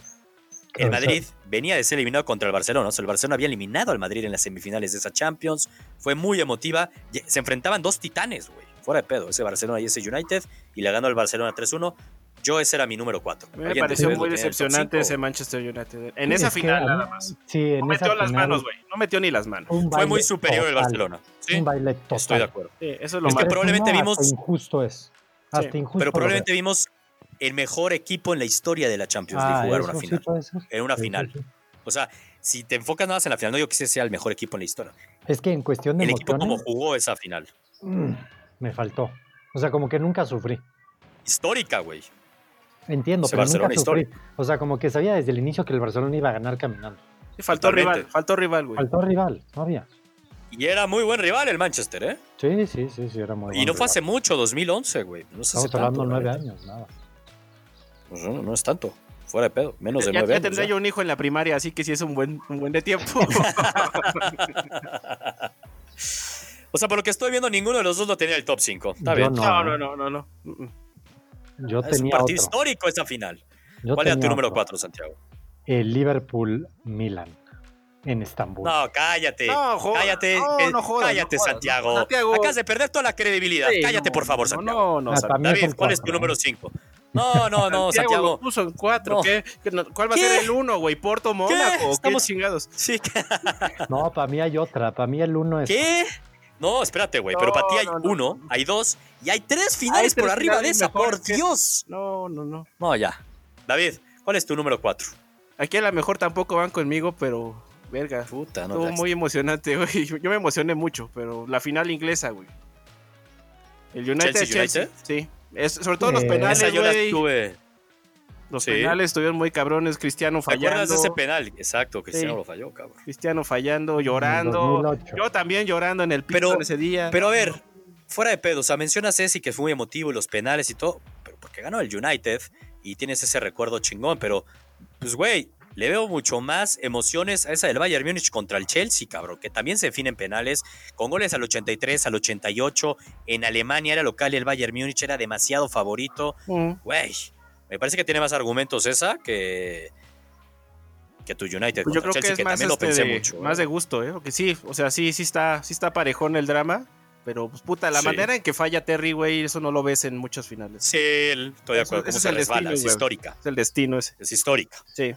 [SPEAKER 1] El
[SPEAKER 3] Claro, o sea,
[SPEAKER 1] Madrid venía de ser eliminado contra el Barcelona. O sea, el Barcelona había eliminado al Madrid en las semifinales de esa Champions. Fue muy emotiva. Y- Se enfrentaban dos titanes, güey. Fuera de pedo. Ese Barcelona y ese United. Y le ganó al Barcelona 3-1. Yo ese era mi número 4.
[SPEAKER 2] A mí me pareció muy decepcionante ese
[SPEAKER 1] Fue
[SPEAKER 2] Manchester United. En
[SPEAKER 3] sí,
[SPEAKER 2] esa
[SPEAKER 3] es que
[SPEAKER 2] final
[SPEAKER 3] a mí-
[SPEAKER 2] nada más.
[SPEAKER 3] Sí, en
[SPEAKER 2] No
[SPEAKER 3] esa
[SPEAKER 2] metió las
[SPEAKER 3] final
[SPEAKER 2] manos, güey. No metió ni las manos.
[SPEAKER 3] fue un baile
[SPEAKER 1] muy superior el
[SPEAKER 3] total,
[SPEAKER 1] Barcelona. Sí,
[SPEAKER 3] Un baile total.
[SPEAKER 1] estoy de acuerdo.
[SPEAKER 2] Sí, eso es lo
[SPEAKER 1] Es que
[SPEAKER 2] malo.
[SPEAKER 3] Tres
[SPEAKER 1] probablemente
[SPEAKER 3] uno,
[SPEAKER 1] vimos-
[SPEAKER 3] Hasta injusto es. Hasta injusto.
[SPEAKER 1] Pero
[SPEAKER 3] lo
[SPEAKER 1] probablemente vimos el mejor equipo en la historia de la
[SPEAKER 3] veo.
[SPEAKER 1] Champions
[SPEAKER 3] Ah,
[SPEAKER 1] League jugar
[SPEAKER 3] eso
[SPEAKER 1] una
[SPEAKER 3] sí
[SPEAKER 1] final.
[SPEAKER 3] puede ser.
[SPEAKER 1] En una
[SPEAKER 3] Sí, sí,
[SPEAKER 1] final.
[SPEAKER 3] sí.
[SPEAKER 1] O sea, si te enfocas nada más en la final, no digo que ese sea el mejor equipo en la historia.
[SPEAKER 3] Es que en cuestión de
[SPEAKER 1] El equipo como
[SPEAKER 3] emociones
[SPEAKER 1] jugó esa final.
[SPEAKER 3] mm, me faltó. O sea, como que nunca sufrí.
[SPEAKER 1] Histórica, güey.
[SPEAKER 3] Entiendo,
[SPEAKER 1] Ese
[SPEAKER 3] pero
[SPEAKER 1] Barcelona
[SPEAKER 3] nunca sufrí. O sea, como que sabía desde el inicio que el Barcelona iba a ganar caminando.
[SPEAKER 2] Sí, faltó
[SPEAKER 1] Totalmente.
[SPEAKER 2] rival, faltó rival, güey.
[SPEAKER 3] Faltó rival, no había.
[SPEAKER 1] Y era muy buen rival el Manchester, ¿eh?
[SPEAKER 3] Sí, sí, sí, sí, era muy
[SPEAKER 1] Y no fue hace
[SPEAKER 3] fácil.
[SPEAKER 1] mucho, 2011, güey. No se hace
[SPEAKER 3] Estamos hablando
[SPEAKER 1] tanto, la
[SPEAKER 3] nueve
[SPEAKER 1] neta.
[SPEAKER 3] años, nada.
[SPEAKER 1] Pues no, no es tanto. Fuera de pedo. Menos de
[SPEAKER 2] Ya,
[SPEAKER 1] nueve
[SPEAKER 2] ya
[SPEAKER 1] años. ¿eh?
[SPEAKER 2] tendré
[SPEAKER 1] ya.
[SPEAKER 2] yo un hijo en la primaria, así que sí es un buen, un buen de tiempo.
[SPEAKER 1] O sea, por lo que estoy viendo, ninguno de los dos lo tenía en el top 5. Está
[SPEAKER 3] Yo
[SPEAKER 1] bien.
[SPEAKER 3] no. ¿eh?
[SPEAKER 2] no, no, no, no, no. Mm, mm.
[SPEAKER 3] Yo
[SPEAKER 1] es un
[SPEAKER 3] tenía
[SPEAKER 1] partido
[SPEAKER 3] otro.
[SPEAKER 1] histórico esa final.
[SPEAKER 3] Yo
[SPEAKER 1] ¿Cuál era tu
[SPEAKER 3] tenía
[SPEAKER 1] número
[SPEAKER 3] otro.
[SPEAKER 1] 4, Santiago?
[SPEAKER 3] El Liverpool Milan. en Estambul.
[SPEAKER 1] No, cállate.
[SPEAKER 2] No, joda.
[SPEAKER 1] cállate.
[SPEAKER 2] No,
[SPEAKER 1] eh,
[SPEAKER 2] no jodas,
[SPEAKER 1] cállate,
[SPEAKER 2] no jodas.
[SPEAKER 1] Santiago.
[SPEAKER 2] Santiago.
[SPEAKER 1] Acabas de perder toda la credibilidad.
[SPEAKER 2] Sí,
[SPEAKER 1] cállate,
[SPEAKER 2] no,
[SPEAKER 1] por favor,
[SPEAKER 2] no,
[SPEAKER 1] Santiago.
[SPEAKER 2] No, no,
[SPEAKER 3] Ah,
[SPEAKER 2] Santiago.
[SPEAKER 3] también
[SPEAKER 1] David,
[SPEAKER 3] son
[SPEAKER 1] ¿cuál es tu
[SPEAKER 3] cuatro,
[SPEAKER 1] número
[SPEAKER 3] ¿no?
[SPEAKER 1] 5? No, no, no,
[SPEAKER 2] Santiago
[SPEAKER 1] Santiago.
[SPEAKER 2] lo puso en cuatro.
[SPEAKER 1] No.
[SPEAKER 2] ¿Qué? ¿Qué no- ¿Cuál va
[SPEAKER 1] ¿Qué?
[SPEAKER 2] a ser el uno, güey? ¿Porto Mónaco? ¿Qué,
[SPEAKER 1] Estamos-
[SPEAKER 2] chingados?
[SPEAKER 1] Sí, ¿qué?
[SPEAKER 3] No, para mí hay otra. Para mí el uno es.
[SPEAKER 1] ¿qué? No, espérate, güey. pero
[SPEAKER 2] No,
[SPEAKER 1] para ti hay
[SPEAKER 2] no, no.
[SPEAKER 1] uno, hay dos y hay tres finales
[SPEAKER 2] tres
[SPEAKER 1] por arriba
[SPEAKER 2] finales
[SPEAKER 1] de esa.
[SPEAKER 2] mejores
[SPEAKER 1] Por
[SPEAKER 2] que-
[SPEAKER 1] Dios.
[SPEAKER 2] No, no, no.
[SPEAKER 1] No, ya. David, ¿cuál es tu número 4?
[SPEAKER 2] Aquí a lo mejor tampoco van conmigo, pero verga.
[SPEAKER 1] Puta, no.
[SPEAKER 2] Estuvo
[SPEAKER 1] relax.
[SPEAKER 2] muy emocionante, güey. Yo me emocioné mucho, pero la final inglesa, güey. El United
[SPEAKER 1] Chelsea,
[SPEAKER 2] Chelsea. Sí. Es- sobre todo los
[SPEAKER 3] Eh,
[SPEAKER 2] penales,
[SPEAKER 1] Esa yo la
[SPEAKER 2] güey.
[SPEAKER 1] estuve.
[SPEAKER 2] Los
[SPEAKER 1] sí.
[SPEAKER 2] penales estuvieron muy cabrones. Cristiano
[SPEAKER 1] ¿Te
[SPEAKER 2] fallando.
[SPEAKER 1] acuerdas de ese penal? Exacto, Cristiano
[SPEAKER 2] Sí.
[SPEAKER 1] lo falló, cabrón.
[SPEAKER 2] Cristiano fallando,
[SPEAKER 3] en el
[SPEAKER 2] llorando.
[SPEAKER 3] 2008.
[SPEAKER 2] Yo también llorando en el piso
[SPEAKER 1] Pero-
[SPEAKER 2] en ese día.
[SPEAKER 1] Pero a ver, fuera de pedo, o sea, mencionas ese que fue muy emotivo y los penales y todo, pero porque ganó el United y tienes ese recuerdo chingón, pero pues güey, le veo mucho más emociones a esa del Bayern Múnich contra el Chelsea, cabrón, que también se define en penales, con goles al 83, al 88, en Alemania era local y el Bayern Múnich era demasiado favorito,
[SPEAKER 2] Mm.
[SPEAKER 1] güey, me parece que tiene más argumentos esa que que tu United
[SPEAKER 2] Pues
[SPEAKER 1] contra
[SPEAKER 2] yo creo
[SPEAKER 1] Chelsea,
[SPEAKER 2] que
[SPEAKER 1] que,
[SPEAKER 2] es más,
[SPEAKER 1] también lo
[SPEAKER 2] este,
[SPEAKER 1] pensé
[SPEAKER 2] de,
[SPEAKER 1] mucho.
[SPEAKER 2] más
[SPEAKER 1] ¿eh?
[SPEAKER 2] de gusto, ¿eh? Porque sí, o sea, sí, sí está, sí está parejón el drama. Pero, pues, puta, la
[SPEAKER 1] Sí.
[SPEAKER 2] manera en que falla Terry, güey, eso no lo ves en muchos finales.
[SPEAKER 1] Sí, el- estoy de
[SPEAKER 2] Eso-
[SPEAKER 1] acuerdo,
[SPEAKER 2] ese
[SPEAKER 1] cómo
[SPEAKER 2] es
[SPEAKER 1] se
[SPEAKER 2] el
[SPEAKER 1] resbala,
[SPEAKER 2] destino,
[SPEAKER 1] es
[SPEAKER 2] güey.
[SPEAKER 1] histórica,
[SPEAKER 2] Es el destino ese.
[SPEAKER 1] es histórica.
[SPEAKER 2] Sí.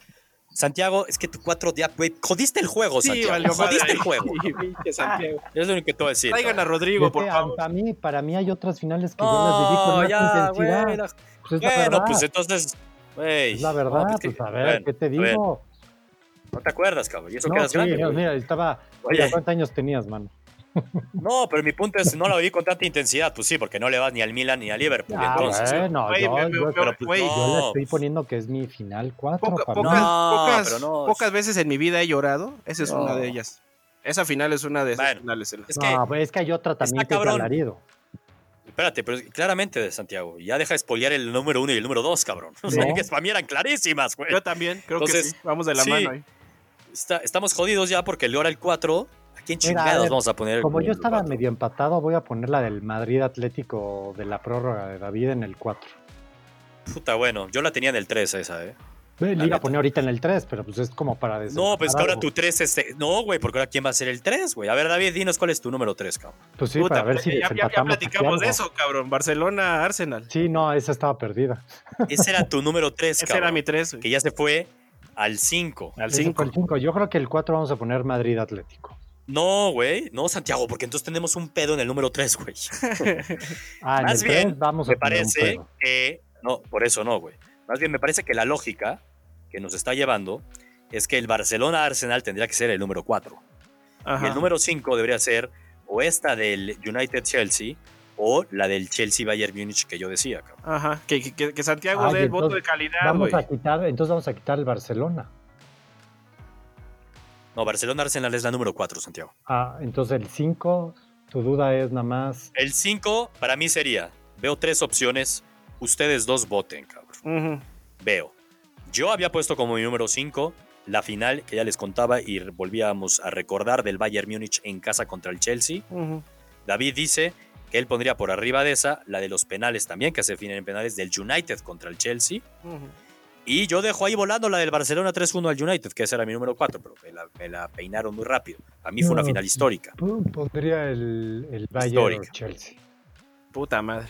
[SPEAKER 1] Santiago, es que tu 4 ya, güey, jodiste el juego, Santiago. jodiste el juego. Es lo único que te voy a decir.
[SPEAKER 2] Traigan a
[SPEAKER 1] cabrón.
[SPEAKER 2] Rodrigo, por favor.
[SPEAKER 3] para, mí, para mí hay otras finales que yo las viví con
[SPEAKER 1] No,
[SPEAKER 3] más
[SPEAKER 1] ya, güey.
[SPEAKER 3] intensidad.
[SPEAKER 1] la-
[SPEAKER 3] Pues es la
[SPEAKER 1] Bueno,
[SPEAKER 3] verdad.
[SPEAKER 1] pues entonces, güey.
[SPEAKER 3] es la
[SPEAKER 1] no,
[SPEAKER 3] verdad.
[SPEAKER 1] pues,
[SPEAKER 3] pues,
[SPEAKER 1] que-
[SPEAKER 3] a ver,
[SPEAKER 1] bueno,
[SPEAKER 3] ¿qué te
[SPEAKER 1] está bien.
[SPEAKER 3] digo?
[SPEAKER 1] No te acuerdas, cabrón. Y eso
[SPEAKER 3] No,
[SPEAKER 1] quedas
[SPEAKER 3] sí,
[SPEAKER 1] grande. güey.
[SPEAKER 3] mira, estaba.
[SPEAKER 1] Oye,
[SPEAKER 3] ¿Cuántos años tenías, mano?
[SPEAKER 1] no, pero mi punto es, no la viví con tanta intensidad. Pues sí, porque no le vas ni al Milan ni al Liverpool.
[SPEAKER 3] Ah,
[SPEAKER 1] entonces,
[SPEAKER 3] bueno,
[SPEAKER 2] Oye,
[SPEAKER 3] yo,
[SPEAKER 2] me- me-
[SPEAKER 3] yo-
[SPEAKER 2] me-
[SPEAKER 1] pero pues
[SPEAKER 2] güey,
[SPEAKER 1] no.
[SPEAKER 3] yo le estoy poniendo que es mi final 4.
[SPEAKER 2] poca-
[SPEAKER 3] para
[SPEAKER 2] pocas,
[SPEAKER 3] mí.
[SPEAKER 1] No,
[SPEAKER 2] pocas-
[SPEAKER 1] pero no.
[SPEAKER 2] pocas veces en mi vida he llorado. Esa es
[SPEAKER 1] No.
[SPEAKER 2] una de ellas. Esa final es una de esas
[SPEAKER 1] Bueno.
[SPEAKER 2] finales. el-
[SPEAKER 1] es
[SPEAKER 3] No,
[SPEAKER 1] que,
[SPEAKER 3] pues, es que hay otra también que es de
[SPEAKER 1] cabrón.
[SPEAKER 3] alarido.
[SPEAKER 1] espérate, pero claramente, Santiago, ya deja de espolear el número uno y el número dos, cabrón. O sea,
[SPEAKER 3] No.
[SPEAKER 1] que para mí eran clarísimas, güey.
[SPEAKER 2] Yo también, creo
[SPEAKER 1] Entonces,
[SPEAKER 2] que sí. Vamos de la
[SPEAKER 1] sí.
[SPEAKER 2] mano ahí.
[SPEAKER 1] Está- estamos jodidos ya porque Leora el 4. ¿A quién
[SPEAKER 3] Mira, a
[SPEAKER 1] chingados
[SPEAKER 3] ver,
[SPEAKER 1] vamos a poner el
[SPEAKER 3] Como yo
[SPEAKER 1] número
[SPEAKER 3] estaba
[SPEAKER 1] cuatro?
[SPEAKER 3] medio empatado, voy a poner la del Madrid Atlético de la prórroga de David en el 4.
[SPEAKER 1] Puta, bueno, yo la tenía en el 3 esa, ¿eh?
[SPEAKER 3] Le iba
[SPEAKER 1] neta.
[SPEAKER 3] a poner ahorita en el 3, pero pues es como para decir.
[SPEAKER 1] No, pues que ahora tu 3 es. No, güey, porque ahora quién va a ser el 3, güey. A ver, David, dinos cuál es tu número 3, cabrón.
[SPEAKER 3] Pues sí,
[SPEAKER 2] Puta,
[SPEAKER 3] para ver si
[SPEAKER 2] ya, ya- ya
[SPEAKER 3] desempatamos
[SPEAKER 2] platicamos
[SPEAKER 3] aquí
[SPEAKER 2] de
[SPEAKER 3] algo.
[SPEAKER 2] eso, cabrón. Barcelona, Arsenal.
[SPEAKER 3] Sí, no, esa estaba perdida.
[SPEAKER 1] Ese era tu número 3,
[SPEAKER 2] Ese
[SPEAKER 1] cabrón.
[SPEAKER 2] era mi 3,
[SPEAKER 1] Que ya se fue al 5.
[SPEAKER 2] Al
[SPEAKER 3] Ese fue
[SPEAKER 2] 5.
[SPEAKER 3] el 5. Yo creo que el 4 vamos a poner Madrid Atlético.
[SPEAKER 1] No, güey. No, Santiago, porque entonces tenemos un pedo en el número 3, güey.
[SPEAKER 3] Ah, en
[SPEAKER 1] Más
[SPEAKER 3] el
[SPEAKER 1] bien,
[SPEAKER 3] 3 vamos a
[SPEAKER 1] Me
[SPEAKER 3] poner un
[SPEAKER 1] parece ¿eh?
[SPEAKER 3] juego.
[SPEAKER 1] que. No, por eso no, güey. Más bien, me parece que la lógica que nos está llevando es que el Barcelona-Arsenal tendría que ser el número 4. Y el número 5 debería ser o esta del United-Chelsea o la del Chelsea-Bayern Munich que yo decía, cabrón.
[SPEAKER 2] Ajá, que, que- que Santiago
[SPEAKER 3] Ay,
[SPEAKER 2] dé el voto de
[SPEAKER 3] entonces,
[SPEAKER 2] calidad,
[SPEAKER 3] Vamos
[SPEAKER 2] güey.
[SPEAKER 3] a quitar, entonces vamos a quitar el Barcelona.
[SPEAKER 1] No, Barcelona-Arsenal es la número 4, Santiago.
[SPEAKER 3] Ah, entonces el 5, tu duda es nada más.
[SPEAKER 1] El 5 para mí sería, veo tres opciones, ustedes dos voten, cabrón.
[SPEAKER 2] Ujú.
[SPEAKER 1] Veo. Yo había puesto como mi número 5 la final que ya les contaba y volvíamos a recordar del Bayern Múnich en casa contra el Chelsea.
[SPEAKER 2] Ujú.
[SPEAKER 1] David dice que él pondría por arriba de esa la de los penales también, que se definen en penales del United contra el Chelsea.
[SPEAKER 2] Ujú.
[SPEAKER 1] Y yo dejo ahí volando la del Barcelona 3-1 al United, que ese era mi número 4, pero me la, me la peinaron muy rápido. A mí fue una
[SPEAKER 3] No.
[SPEAKER 1] final histórica.
[SPEAKER 3] pum, Pondría el, el Bayern o
[SPEAKER 1] Histórica.
[SPEAKER 3] Chelsea.
[SPEAKER 2] Puta madre.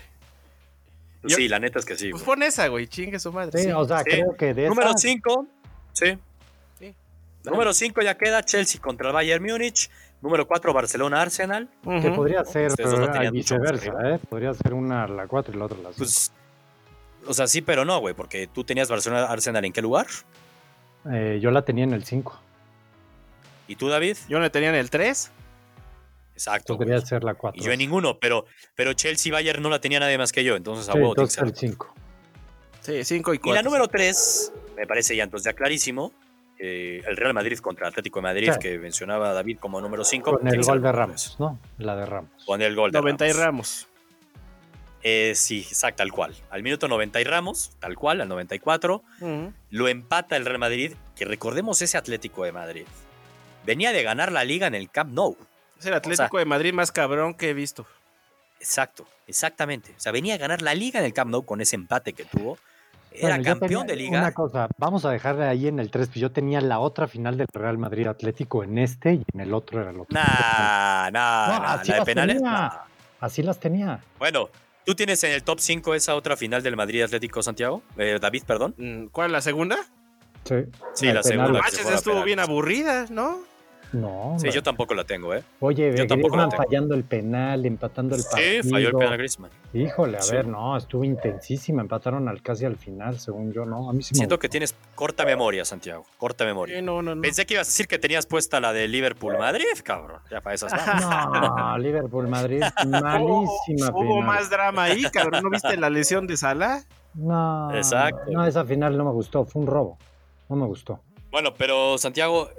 [SPEAKER 2] Yo-
[SPEAKER 1] Sí, la neta es que sí. güey.
[SPEAKER 2] Pues pon esa, güey. Chingue su madre.
[SPEAKER 3] Sí,
[SPEAKER 2] sí.
[SPEAKER 3] o sea,
[SPEAKER 1] sí.
[SPEAKER 3] creo que de
[SPEAKER 1] Número
[SPEAKER 3] esas-
[SPEAKER 1] 5. Sí.
[SPEAKER 2] Sí.
[SPEAKER 1] Número 5 ya queda Chelsea contra el Bayern Múnich. Número 4 Barcelona Arsenal.
[SPEAKER 3] Que
[SPEAKER 2] Ujú.
[SPEAKER 3] podría ser
[SPEAKER 1] Ustedes dos la
[SPEAKER 3] eh,
[SPEAKER 1] tenían mucho más
[SPEAKER 3] viceversa, ¿eh? Podría ser una la 4 y la otra la 5.
[SPEAKER 1] Pues, o sea, sí, pero no, güey, porque tú tenías Barcelona Arsenal en qué lugar?
[SPEAKER 3] Eh, yo la tenía en el 5.
[SPEAKER 1] ¿Y tú, David?
[SPEAKER 2] Yo no tenía en el 3.
[SPEAKER 1] Exacto. güey.
[SPEAKER 3] Podría ser la 4.
[SPEAKER 1] Y yo en ninguno, pero, pero Chelsea Bayern no la tenía nadie más que yo, entonces a
[SPEAKER 3] Sí,
[SPEAKER 1] huevo tiene que
[SPEAKER 3] entonces
[SPEAKER 1] ser.
[SPEAKER 3] el 5.
[SPEAKER 2] Sí, 5 y 4.
[SPEAKER 1] Y la número 3, me parece ya entonces ya clarísimo. eh, el Real Madrid contra Atlético de Madrid,
[SPEAKER 3] Sí.
[SPEAKER 1] que mencionaba David como número 5.
[SPEAKER 3] Con el gol de Ramos, ¿no? La de Ramos.
[SPEAKER 1] Con el gol de
[SPEAKER 2] 90 y
[SPEAKER 1] Ramos.
[SPEAKER 2] Ramos.
[SPEAKER 1] Eh, sí, exacto, tal cual. Al minuto 90 y Ramos, tal cual, al 94.
[SPEAKER 2] Ujú.
[SPEAKER 1] Lo empata el Real Madrid, que recordemos ese Atlético de Madrid. Venía de ganar la liga en el Camp Nou.
[SPEAKER 2] Es el Atlético de Madrid más cabrón que he visto.
[SPEAKER 1] Exacto, exactamente. O sea, venía a ganar la liga en el Camp Nou con ese empate que tuvo. Era
[SPEAKER 3] Bueno, yo
[SPEAKER 1] campeón de
[SPEAKER 3] tenía
[SPEAKER 1] liga.
[SPEAKER 3] Una cosa, vamos a dejarle ahí en el 3, yo tenía la otra final del Real Madrid Atlético en este y en el otro era el otro.
[SPEAKER 1] Nah, nah,
[SPEAKER 3] No,
[SPEAKER 1] nah,
[SPEAKER 3] así
[SPEAKER 1] la de
[SPEAKER 3] las
[SPEAKER 1] penales.
[SPEAKER 3] tenía.
[SPEAKER 1] nah.
[SPEAKER 3] Así las tenía.
[SPEAKER 1] Bueno, ¿tú tienes en el top 5 esa otra final del Madrid Atlético Santiago? Eh, David, perdón.
[SPEAKER 2] Mm, ¿Cuál? ¿La segunda?
[SPEAKER 3] Sí,
[SPEAKER 1] Ah, Sí,
[SPEAKER 3] La
[SPEAKER 1] la
[SPEAKER 3] de penales.
[SPEAKER 1] segunda. que se
[SPEAKER 2] Manches,
[SPEAKER 1] fueron a
[SPEAKER 2] estuvo
[SPEAKER 1] penales.
[SPEAKER 2] bien aburrida, ¿no?
[SPEAKER 3] No.
[SPEAKER 1] Sí,
[SPEAKER 3] hombre.
[SPEAKER 1] yo tampoco la tengo, ¿eh?
[SPEAKER 3] Oye,
[SPEAKER 1] yo tampoco la
[SPEAKER 3] Griezmann
[SPEAKER 1] tengo.
[SPEAKER 3] fallando el penal, empatando el
[SPEAKER 1] Sí,
[SPEAKER 3] partido.
[SPEAKER 1] falló el penal Griezmann.
[SPEAKER 3] Híjole, a
[SPEAKER 1] Sí.
[SPEAKER 3] ver, no, estuvo intensísima. Empataron al casi al final, según yo, ¿no? A mí sí me
[SPEAKER 1] Siento
[SPEAKER 3] gustó.
[SPEAKER 1] que tienes corta memoria, Santiago. Corta memoria.
[SPEAKER 2] Eh, no, no, no.
[SPEAKER 1] Pensé que ibas a decir que tenías puesta la de Liverpool Madrid, cabrón. Ya para esas vamos.
[SPEAKER 3] No, Liverpool Madrid,
[SPEAKER 2] Hubo-
[SPEAKER 3] malísima
[SPEAKER 2] Hubo,
[SPEAKER 3] final.
[SPEAKER 2] más drama ahí, cabrón. ¿No viste la lesión de Salah?
[SPEAKER 3] No,
[SPEAKER 1] Exacto.
[SPEAKER 3] no, esa final no me gustó, fue un robo. No me gustó.
[SPEAKER 1] Bueno, pero Santiago,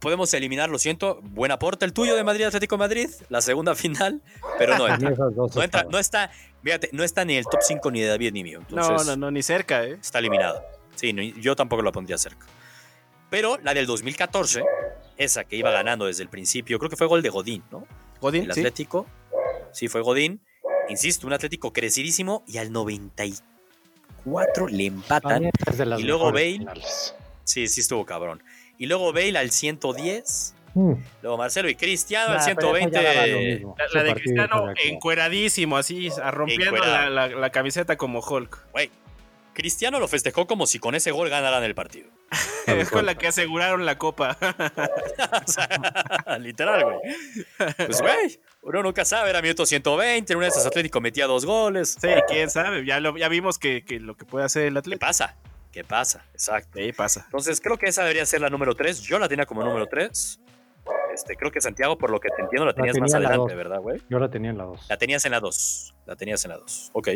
[SPEAKER 1] podemos eliminar, lo siento. Buen aporte el tuyo de Madrid Atlético Madrid, la segunda final, pero no
[SPEAKER 3] A mí
[SPEAKER 1] entra.
[SPEAKER 3] esas dos
[SPEAKER 1] No entra,
[SPEAKER 3] estaban.
[SPEAKER 1] no está, fíjate, no está ni el top 5 ni de David ni mío.
[SPEAKER 2] No,
[SPEAKER 1] Entonces,
[SPEAKER 2] no, no, ni cerca, ¿eh?
[SPEAKER 1] Está eliminado. Sí, no, yo tampoco la pondría cerca. Pero la del 2014, esa que iba ganando desde el principio, creo que fue gol de Godín, ¿no?
[SPEAKER 2] Godín,
[SPEAKER 1] El
[SPEAKER 2] sí.
[SPEAKER 1] Atlético. Sí, fue Godín. Insisto, un Atlético crecidísimo y al 94 le
[SPEAKER 3] Para mí
[SPEAKER 1] empatan.
[SPEAKER 3] es de las
[SPEAKER 1] Y luego
[SPEAKER 3] mejores
[SPEAKER 1] Bale.
[SPEAKER 3] finales.
[SPEAKER 1] Sí, sí estuvo cabrón. Y luego Bale al 110.
[SPEAKER 3] Mm.
[SPEAKER 1] Luego Marcelo y Cristiano
[SPEAKER 3] Nah,
[SPEAKER 1] al
[SPEAKER 3] pero eso ya daba lo
[SPEAKER 1] 120.
[SPEAKER 3] mismo.
[SPEAKER 2] La,
[SPEAKER 3] Ese
[SPEAKER 2] la de
[SPEAKER 3] partido
[SPEAKER 2] Cristiano
[SPEAKER 3] estaba claro.
[SPEAKER 2] encueradísimo, así, a- rompiendo la,
[SPEAKER 1] Encuerado.
[SPEAKER 2] la- la camiseta como Hulk.
[SPEAKER 1] Güey, Cristiano lo festejó como si con ese gol ganaran el partido.
[SPEAKER 2] Es con la que aseguraron la copa.
[SPEAKER 1] O sea, literal, güey. Pues, güey, uno nunca sabe, era minuto 120, en una de esas Atlético metía dos goles.
[SPEAKER 2] sí, quién sabe. Ya, lo, ya vimos que, que lo que puede hacer el
[SPEAKER 1] ¿Qué
[SPEAKER 2] Atlético.
[SPEAKER 1] pasa? ¿Qué pasa? Exacto.
[SPEAKER 2] Ahí pasa.
[SPEAKER 1] Entonces, creo que esa debería ser la número 3. Yo la tenía como número 3. Este, creo que Santiago, por lo que te entiendo, la tenías
[SPEAKER 3] tenía
[SPEAKER 1] más
[SPEAKER 3] en la
[SPEAKER 1] adelante,
[SPEAKER 3] dos.
[SPEAKER 1] ¿verdad, güey?
[SPEAKER 3] Yo la tenía en la 2.
[SPEAKER 1] La tenías en la 2. La tenías en la 2. Ok.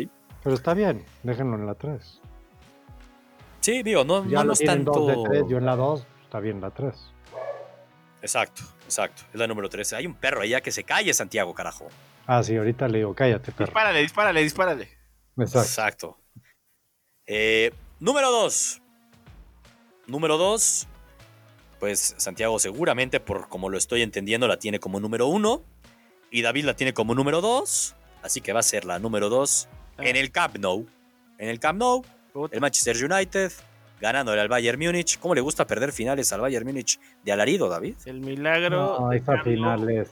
[SPEAKER 3] Pero está bien, déjenlo en la 3.
[SPEAKER 1] Sí, digo, no, no,
[SPEAKER 3] Ya lo
[SPEAKER 1] no es
[SPEAKER 3] tienen
[SPEAKER 1] tanto.
[SPEAKER 3] dos de 3, yo en la 2, está bien la 3.
[SPEAKER 1] Exacto, exacto. Es la número 3. Hay un perro allá que se calle, Santiago, carajo.
[SPEAKER 3] Ah, sí, ahorita le digo, cállate, perro.
[SPEAKER 2] Dispárale, dispárale, dispárale.
[SPEAKER 3] Exacto.
[SPEAKER 1] Exacto. Eh, número 2. Número 2. Pues Santiago seguramente, por como lo estoy entendiendo, la tiene como número 1. Y David la tiene como número 2. Así que va a ser la número 2
[SPEAKER 2] Ah.
[SPEAKER 1] en el Camp Nou. En el Camp Nou,
[SPEAKER 2] Puta.
[SPEAKER 1] el Manchester United ganándole al Bayern Múnich. ¿Cómo le gusta perder finales al Bayern Múnich de alarido, David?
[SPEAKER 2] El milagro.
[SPEAKER 3] No,
[SPEAKER 2] de
[SPEAKER 3] esa
[SPEAKER 2] Camp Nou.
[SPEAKER 3] final es.